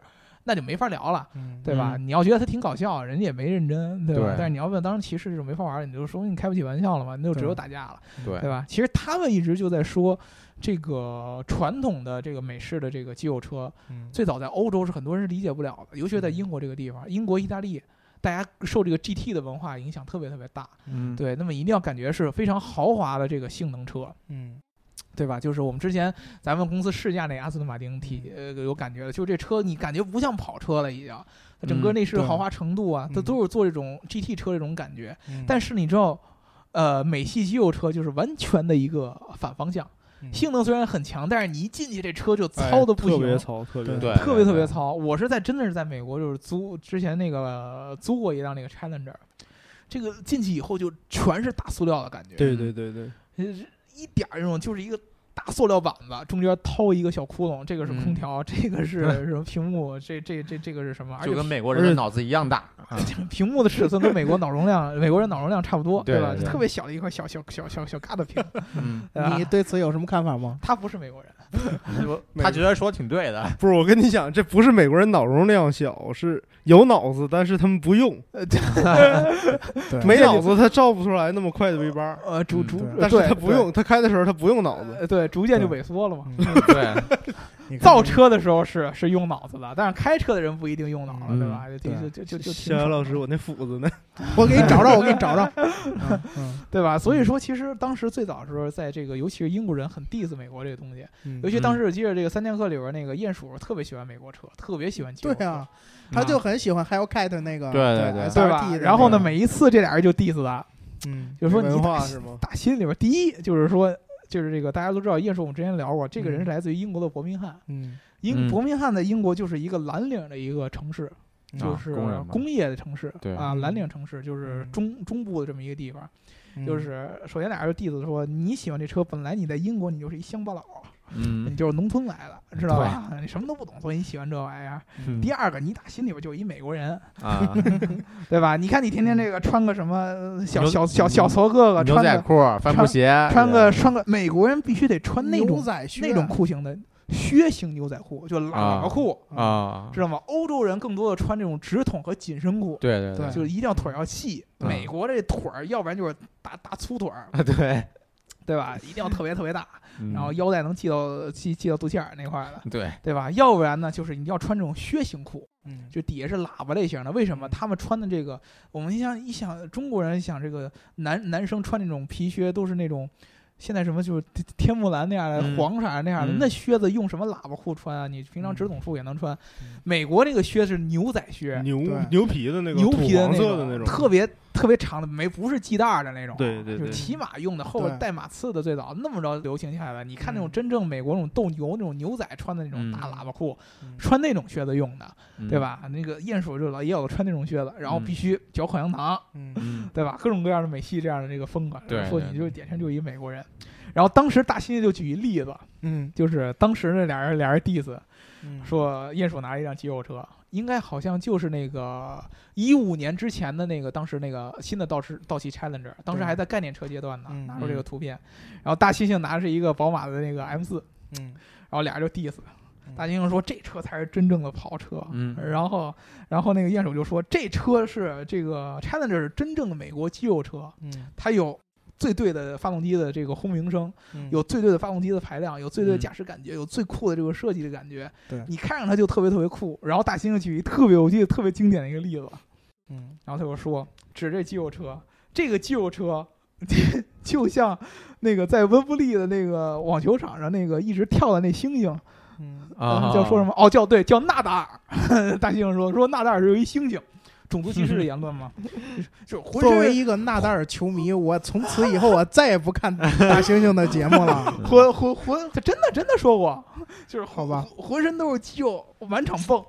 那就没法聊了。
嗯
对吧？你要觉得他挺搞笑，人家也没认真，对吧？
对
但是你要问当时歧视这种没法玩儿，你就说你开不起玩笑了嘛，那就只有
对
打架了，对啊
对
吧？其实他们一直就在说，这个传统的这个美式的这个肌肉车，
嗯
最早在欧洲是很多人是理解不了的，尤其是在英国这个地方，英国、意大利。大家受这个 GT 的文化影响特别特别大，
嗯
对，那么一定要感觉是非常豪华的这个性能车，
嗯
对吧？就是我们之前咱们公司试驾那阿斯顿马丁 T，呃，有感觉的，就这车你感觉不像跑车了，已经，它整个
嗯
内饰
对
豪华程度啊，它
嗯
都是做这种 GT 车这种感觉。
嗯
但是你知道，呃，美系肌肉车就是完全的一个反方向，
嗯
性能虽然很强，但是你一进去这车就
哎
糙的不
特
行。
别糙，特别
对
对，
特别特别
对
糙，我是在真的是在美国，就是租之前那个呃租过一辆那个 Challenger，这个进去以后就全是大塑料的感觉，
对对对对，
呃一点儿那种就是一个大塑料板子，中间掏一个小窟窿，这个是空
嗯
调，这个是什么屏幕，这这这这个是什么？而
就
且
跟
屏
美国人的脑子一样大，
屏幕的尺寸跟美国脑容量，美国人脑容量差不多，
对
吧？
对对
特别小的一块小小小小小疙瘩屏，
嗯，
对吧
你对此有什么看法吗？
他不是美国人，
他觉得说挺对的，
不是我跟你讲，这不是美国人脑容量小，是有脑子，但是他们不用，
呃，这
对
没脑子他造不出来那么快的 V 八，
呃逐
嗯
逐，
对
呃
但是
对
他不，用，他开的时候他不用脑
对
子，
呃，对，逐渐就
对
萎缩了嘛。
对，
你看
造车的时候是是用脑子的，但是开车的人不一定用脑了，
嗯
对吧？就就就就就挺
逍遥
爽
老
的
师，我那斧子呢？
我给你找找，我给你 找找。嗯嗯
对吧？所以说，其实当时最早的时候，在这个尤其是英国人很 diss 美国这个东西，
嗯
尤其当时我记得这个《三剑客》里边那个鼹鼠特别喜欢美国车，特别喜欢肌
对
肉车，
啊，他就很喜欢 Hellcat 那个，
对对对
嗯对
SRT
吧？
的
然后呢，
那个
每一次这俩人就 diss 他，
嗯
就是说你
文
打
化
心
是吗？
打心里边，第一就是说。就是这个，大家都知道，鼹鼠我们之前聊过，这个人
嗯
是来自于英国的伯明翰。
嗯
英
嗯
伯明翰在英国就是一个蓝领的一个城市，就
啊
是
工人嘛
工业的城市，
对
啊，蓝领城市就是
嗯
中中部的这么一个地方。
嗯
就是首先俩人就 diss 说，你喜欢这车，本来你在英国你就是一乡巴佬，你
嗯，
就是农村来的，知道吧？你什么都不懂，所以你喜欢这玩意儿。第二个，你打心里边就有一美国人，
嗯 啊，
对吧？你看你天天这个穿个什么呃小
嗯牛
小小小矬哥哥，
牛
穿
仔
个
裤、啊帆布鞋，
穿个穿个美国人必须得穿那
牛
种
仔靴
那种裤型的靴型牛仔裤，就喇叭裤，
啊，
知道吗？欧洲人更多的穿这种直筒和紧身裤，
对对
对
就是一定要腿儿要细。
嗯
美国这腿儿，要不然就是大大粗腿 儿，
啊对对，
对吧？一定要特别特别大。
嗯
然后腰带能系到系系到肚脐眼儿那块儿的，
对，
对吧？要不然呢，就是你要穿这种靴型裤，
嗯
就底下是喇叭类型的。为什么
嗯
他们穿的这个？我们像一想中国人想这个男男生穿那种皮靴都是那种。现在什么就是天天目蓝那样的、
嗯
黄色儿那样的，
嗯
那靴子用什么喇叭裤穿啊？你平常直筒裤也能穿。
嗯
美国这个靴是牛仔靴，
牛
对
牛皮的那个
牛皮的
土黄
那
色的
个
种，
特别特别长的，没不是系带儿的那种啊，
对对
就是
对
骑马用的，后边
对
带马刺的，最早那么着流行下来。你看那种
嗯
真正美国那种斗牛那种牛仔穿的那种
嗯
大喇叭裤，
嗯
穿那种靴子用的，
嗯
对？吧？那个鼹鼠就老也有穿那种靴子，然后
嗯
必须嚼口香糖，
嗯
嗯，
对吧？各种各样的美系这样的这个风格，
对
说
对
你就是典型就一美国人。然后当时大猩猩就举一例子，
嗯
就是当时那俩人俩人 diss
嗯，
说鼹鼠拿了一辆肌肉车，应该好像就是那个一五年之前的那个当时那个新的道士道奇 Challenger，当时还在概念车阶段呢，
嗯
拿出这个图片，然后大猩猩拿的是一个宝马的那个 M 四，
嗯
然后俩人就 diss，
嗯
大猩猩说这车才是真正的跑车，
嗯
然后然后那个鼹鼠就说这车是这个 Challenger 是真正的美国肌肉车，
嗯
它有。最对的发动机的这个轰鸣声，
嗯，
有最对的发动机的排量，有最对的
嗯
驾驶感觉，有最酷的这个设计的感觉。
对
你看上它就特别特别酷。然后大猩猩举一特别我记得特别经典的一个例子，
嗯
然后他就说指这肌肉车，这个肌肉车 就像那个在温布利的那个网球场上那个一直跳的那猩猩，
嗯
啊，
叫说什么？哦，叫对，叫纳达尔。 大猩猩说说纳达尔是有一猩猩，种族歧视的言论吗？ 就是浑
作为
身
一个纳达尔球迷，我从此以后我再也不看大猩猩的节目了。
浑浑浑，他真的真的说过，就是
嗯好吧
浑浑身都是肌肉，满场蹦，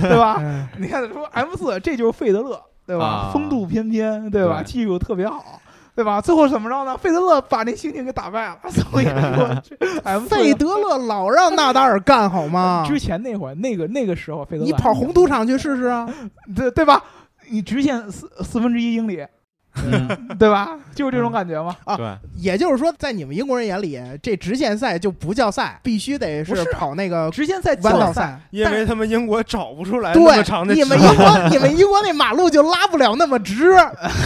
对吧？
哎
你看说 M 四，这就是费德勒，对吧？
啊
风度翩翩，对吧？
对
技术特别好，对吧？最后怎么着呢？费德勒把那猩猩给打败了， 所以说 这 M 四
费德勒老让纳达尔干好吗？
之前那会儿，那个那个时候，费德勒
你跑红土场去试试啊！
对对吧？你直线四四分之一英里，
嗯
对吧？就是这种感觉嘛。
对，
也就是说，在你们英国人眼里，这直线赛就不叫赛，必须得
不
是
是
跑那个
直线赛
弯道
赛，
赛。
因为他们英国找不出来哎那么长的
对，你
直
们英国，你们英国那马路就拉不了那么直，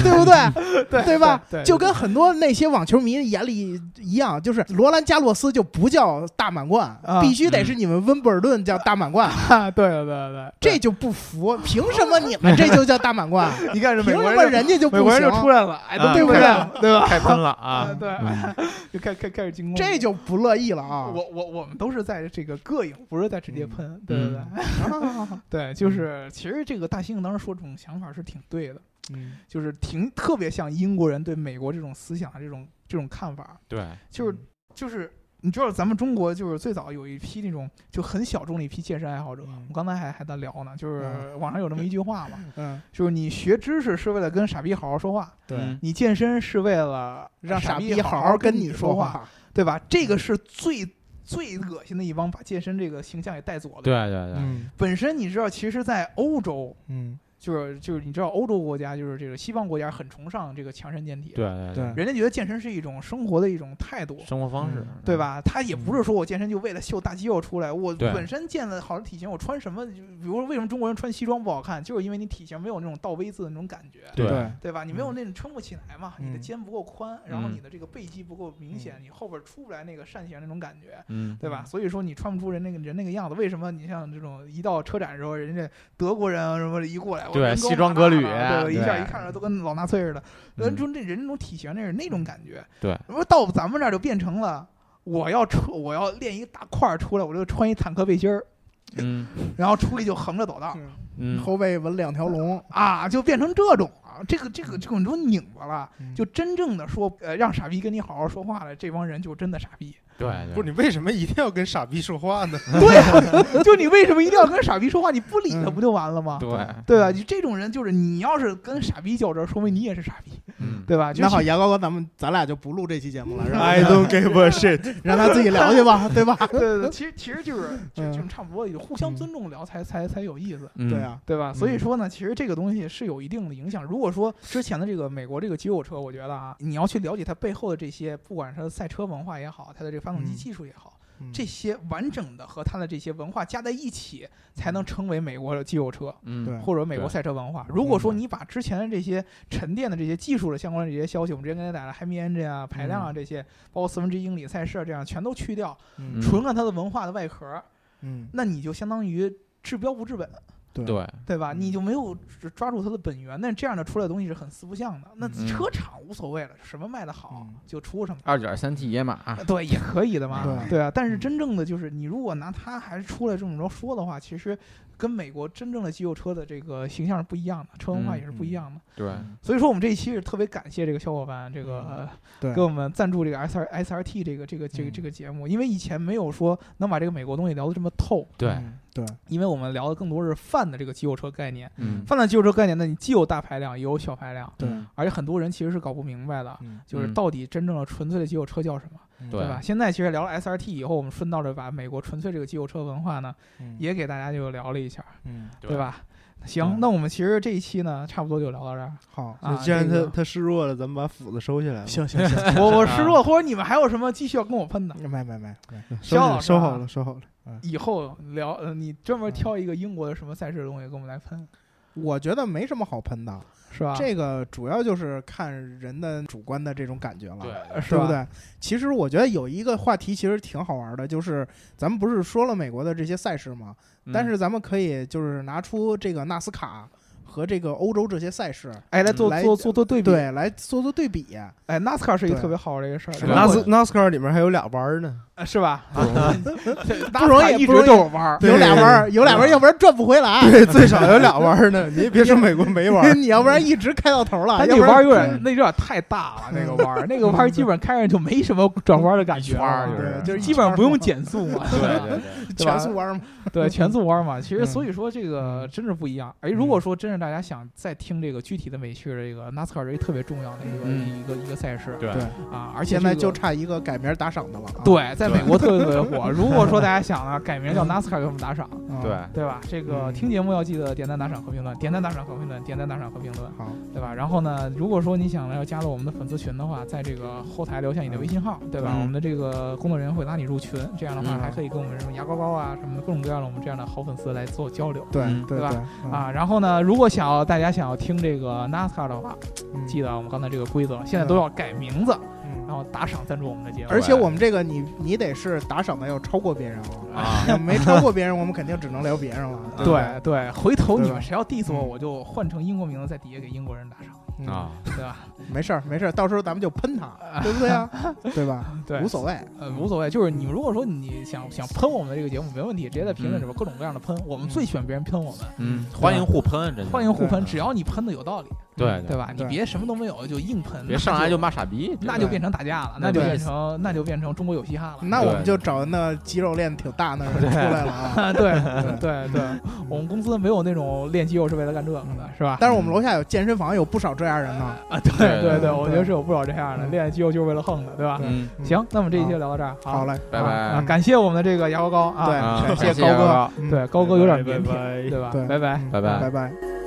对不对？
对
对吧？
对，
就跟很多那些网球迷眼里一样，就是罗兰加洛斯就不叫大满贯，
啊
必须得是你们温布尔顿叫大满贯，
啊，对对对对，
这就不服。凭什么你们这就叫大满贯？
你看这
凭
美
什
国
么
人就。
人家就不
美国人就出
行？
来了，哎，都
啊
对不对？对吧？
开喷了啊
啊，！对，
嗯
就开开开始进攻，
这就不乐意了啊！
我我我们都是在这个膈应，不是在直接喷，对对对
嗯，
啊
对，就是其实这个大猩猩当时说这种想法是挺对的，
嗯
就是挺特别像英国人对美国这种思想这种这种看法，
对，
就是
嗯
就是你知道咱们中国就是最早有一批那种就很小众的一批健身爱好者，
嗯
我刚才还还在聊呢，就是
嗯
网上有这么一句话嘛，
嗯，
就是你学知识是为了跟傻逼好好说话，
对，
嗯
你健身是为了
让
傻
傻
逼
逼
好
好
好
好
跟
跟
你
你
说
说
话，
话。嗯
对吧？这个是最最恶心的一帮把健身这个形象给带走了。
对对对，
嗯
本身你知道，其实，在欧洲，
嗯，
就是就是你知道，欧洲国家就是这个西方国家很崇尚这个强身健体，
对对
人家觉得健身是一种生活的一种态度
对，。生活方式
嗯，
对？吧？他也不是说我健身就为了秀大肌肉出来，我
对
本身健了好的体型，我穿什么？就比如说，为什么中国人穿西装不好看，就是因为你体型没有那种倒 V 字的那种感觉，
对
对，
对吧？你没有那种撑不起来嘛，你的
嗯
肩不够宽，然后
嗯
你的这个背肌不够明显，你后边出不来那个扇形那种感觉。
嗯，
对吧？
嗯
所以说你穿不出人那个人那个样子。为什么你像这种一到车展的时候，人家德国人啊什么一过来，我
对
人高
西装
马
革
大
履
的对，一下
对
一看着都跟老纳粹似的。呃，
嗯
就那人那种体型，那是那种感觉。
对，
说到咱们这儿就变成了。我要出，我要练一个大块儿出来，我就穿一坦克背心儿，
嗯
然后出去就横着走道
嗯，
啊后背纹两条龙，
啊，就变成这种啊，这个这个这种就拧巴了。就真正的说，呃，让傻逼跟你好好说话的这帮人，就真的傻逼。
对对，
不是你为什么一定要跟傻逼说话呢？
对啊，就你为什么一定要跟傻逼说话？你不理他
嗯
不就完了吗？
对，
对吧？你这种人就是你要是跟傻逼较真儿，说明你也是傻逼，
嗯，
对吧？就
那好，
是
牙膏哥，咱们咱俩就不录这期节 目了，让
I don't give a shit。
让他自己聊去吧，对吧？
对对对，其实其实就是就
嗯
就差不多，就互相尊重聊才才才有意思。
嗯
对，啊，
对吧？所以
嗯
说呢，其实这个东西是有一定的影响。如果说之前的这个美国这个肌肉车，我觉得啊，你要去了解它背后的这些，不管是它的赛车文化也好，它的这个发动机
嗯
技术也好，
嗯
这些完整的和它的这些文化加在一起，才能成为美国的肌肉车。
嗯
对嗯
或者美国赛车文化。如果说你把之前的这些沉淀的这些技术的相关的这些消息，我们之前跟大家讲的 Hemi Engine
嗯
啊、排量啊这些，包括四分之一英里赛事啊这样全都去掉，
嗯
纯看它的文化的外壳，
嗯，
那你就相当于治标不治本，
对，
对吧？
嗯
你就没有抓住它的本源，那这样的出来的东西是很四不像的。那
嗯
车厂无所谓了，什么卖的好
嗯
就出什么。
二点三 T 野马，啊
呃
对，也可以的嘛，
对
啊。但是
嗯
真正的就是，你如果拿它还是出来这么着说的话，其实跟美国真正的肌肉车的这个形象是不一样的，车文化
嗯
也是不一样的。
对，
嗯
所以说，我们这一期是特别感谢这个小伙伴，这个、
对
呃、给我们赞助这个 S R S R T 这个这个这个
嗯
这个节目，因为以前没有说能把这个美国东西聊得这么透，
对，
嗯对，
因为我们聊的更多是泛的这个肌肉车概念。
嗯，
泛的肌肉车概念呢，你既有大排量，也有小排量，
对
嗯
而且很多人其实是搞不明白的，
嗯
就是
嗯
到底真正的纯粹的肌肉车叫什么。
对
嗯
对吧？现在其实聊了 SRT 以后，我们顺道着把美国纯粹这个肌肉车文化呢，
嗯
也给大家就聊了一下，
嗯
对？吧？
对
行，那我们其实这一期呢，差不多就聊到这儿
好，
啊。
既然
这
他
个
他示弱了，咱们把斧子收起来吧。
行行行，
我我失落，或者你们还有什么继续要跟我喷的？
没没没没，
嗯收
肖老
起
师
收
啊
好了，收好了。
以后聊，呃，你专门挑一个英国的什么赛事的东西跟我们来喷，
我觉得没什么好喷
啊
的，
是吧？
这个主要就是看人的主观的这种感觉了。
对，
呃是
对不
吧？
对？其实我觉得有一个话题其实挺好玩的，就是咱们不是说了美国的这些赛事吗？
嗯
但是咱们可以就是拿出这个纳斯卡和这个欧洲这些赛事，
哎，来做
来
做做做对比。
对，来做做对比。
哎，NASCAR 是一个
对
特别好玩的一个事儿，
是
如
吧
纳
果
斯纳斯卡里面还有俩弯儿呢，
呃是吧？
不容
不
容易
易
一
不
直
容易
逗我玩儿。
对啊
有俩弯儿，有俩弯儿，要不然转不回来。
对，最少有俩弯儿呢。 你也别说美国没弯儿，
你要不然一直开到头了，
但
啊要
那
不
个弯
然
儿有点，那有点太大了。 那个弯儿，那个弯儿基本开上就没什么转弯的感觉
一圈
了，
儿就是
对，就是
基本上不用
减
减速嘛，
对对对，
对吧
全速弯儿嘛。
对，全速弯嘛。其实
嗯
所以说这个真是不一样。哎，如果说真是大家想再听这个具体的美式，这个 NASCAR 是一个特别重要的一个
嗯
一个一个赛事
对
对
啊，而且
现在
这个
就差一个改名儿打赏的了啊。
对，在美国特别特别 火。如果说大家想呢，改名叫 NASCAR 给我们打赏，
啊
对，
对吧？这个
嗯
听节目要记得点赞、打赏和评论，点赞、打赏和评论，点赞、打赏和评论。
好，
对吧？然后呢，如果说你想要加入我们的粉丝群的话，在这个后台留下你的微信号，对吧？
嗯
我们的这个工作人员会拉你入群，这样的话
嗯
还可以跟我们什么牙膏膏啊什么的各种各样的我们这样的好粉丝来做交流。
对
嗯
对
对吧
对，
啊，然后呢，如果想要大家想要听这个 NASCAR 的话，
嗯
记得我们刚才这个规则，现在都要改名字，
嗯
然后打赏赞助我们的节目。
而且我们这个你你得是打赏的要超过别人啊，
啊，
没超过别人我们肯定只能聊别人了。 啊
对对回头你
对吧
们谁要 diss 我，
嗯
我就换成英国名字在底下给英国人打赏，
嗯，
啊，
对吧？
没事儿没事儿，到时候咱们就喷他，对不 对啊？对吧？
对，
无所谓，
呃，无所谓，就是你如果说你想想喷我们的这个节目，没问题，直接在评论里边各种各样的喷，我们最喜欢别人喷我们，
嗯，欢迎互喷，真的
欢迎互喷，
对
只要你喷的有道理，
对
对吧？你
对
别什么都没有就硬喷，
别
那
上来就骂傻逼，
那
对
就变成打架了，那就
对
变成那就变成中国有嘻哈了。
那我们就找那肌肉练挺大那人出来了啊。
啊，对对对，我们公司没有那种练肌肉是为了干这个的，是吧？
但是我们楼下有健身房，有不少这样人呢。
啊，对对对
对
我觉得是有不少这样的，练肌肉就是为了横的，对吧？
嗯，
嗯
行，，那我们这一期就聊到这儿，
好，嘞，
拜
啊，
拜，
感谢我们的这个牙膏膏啊，
对，
啊
感
感谢
高
高
哥，嗯
对，高哥有点
拜
腼腆，
拜。
对吧？
对
拜拜。
嗯
拜拜
拜拜。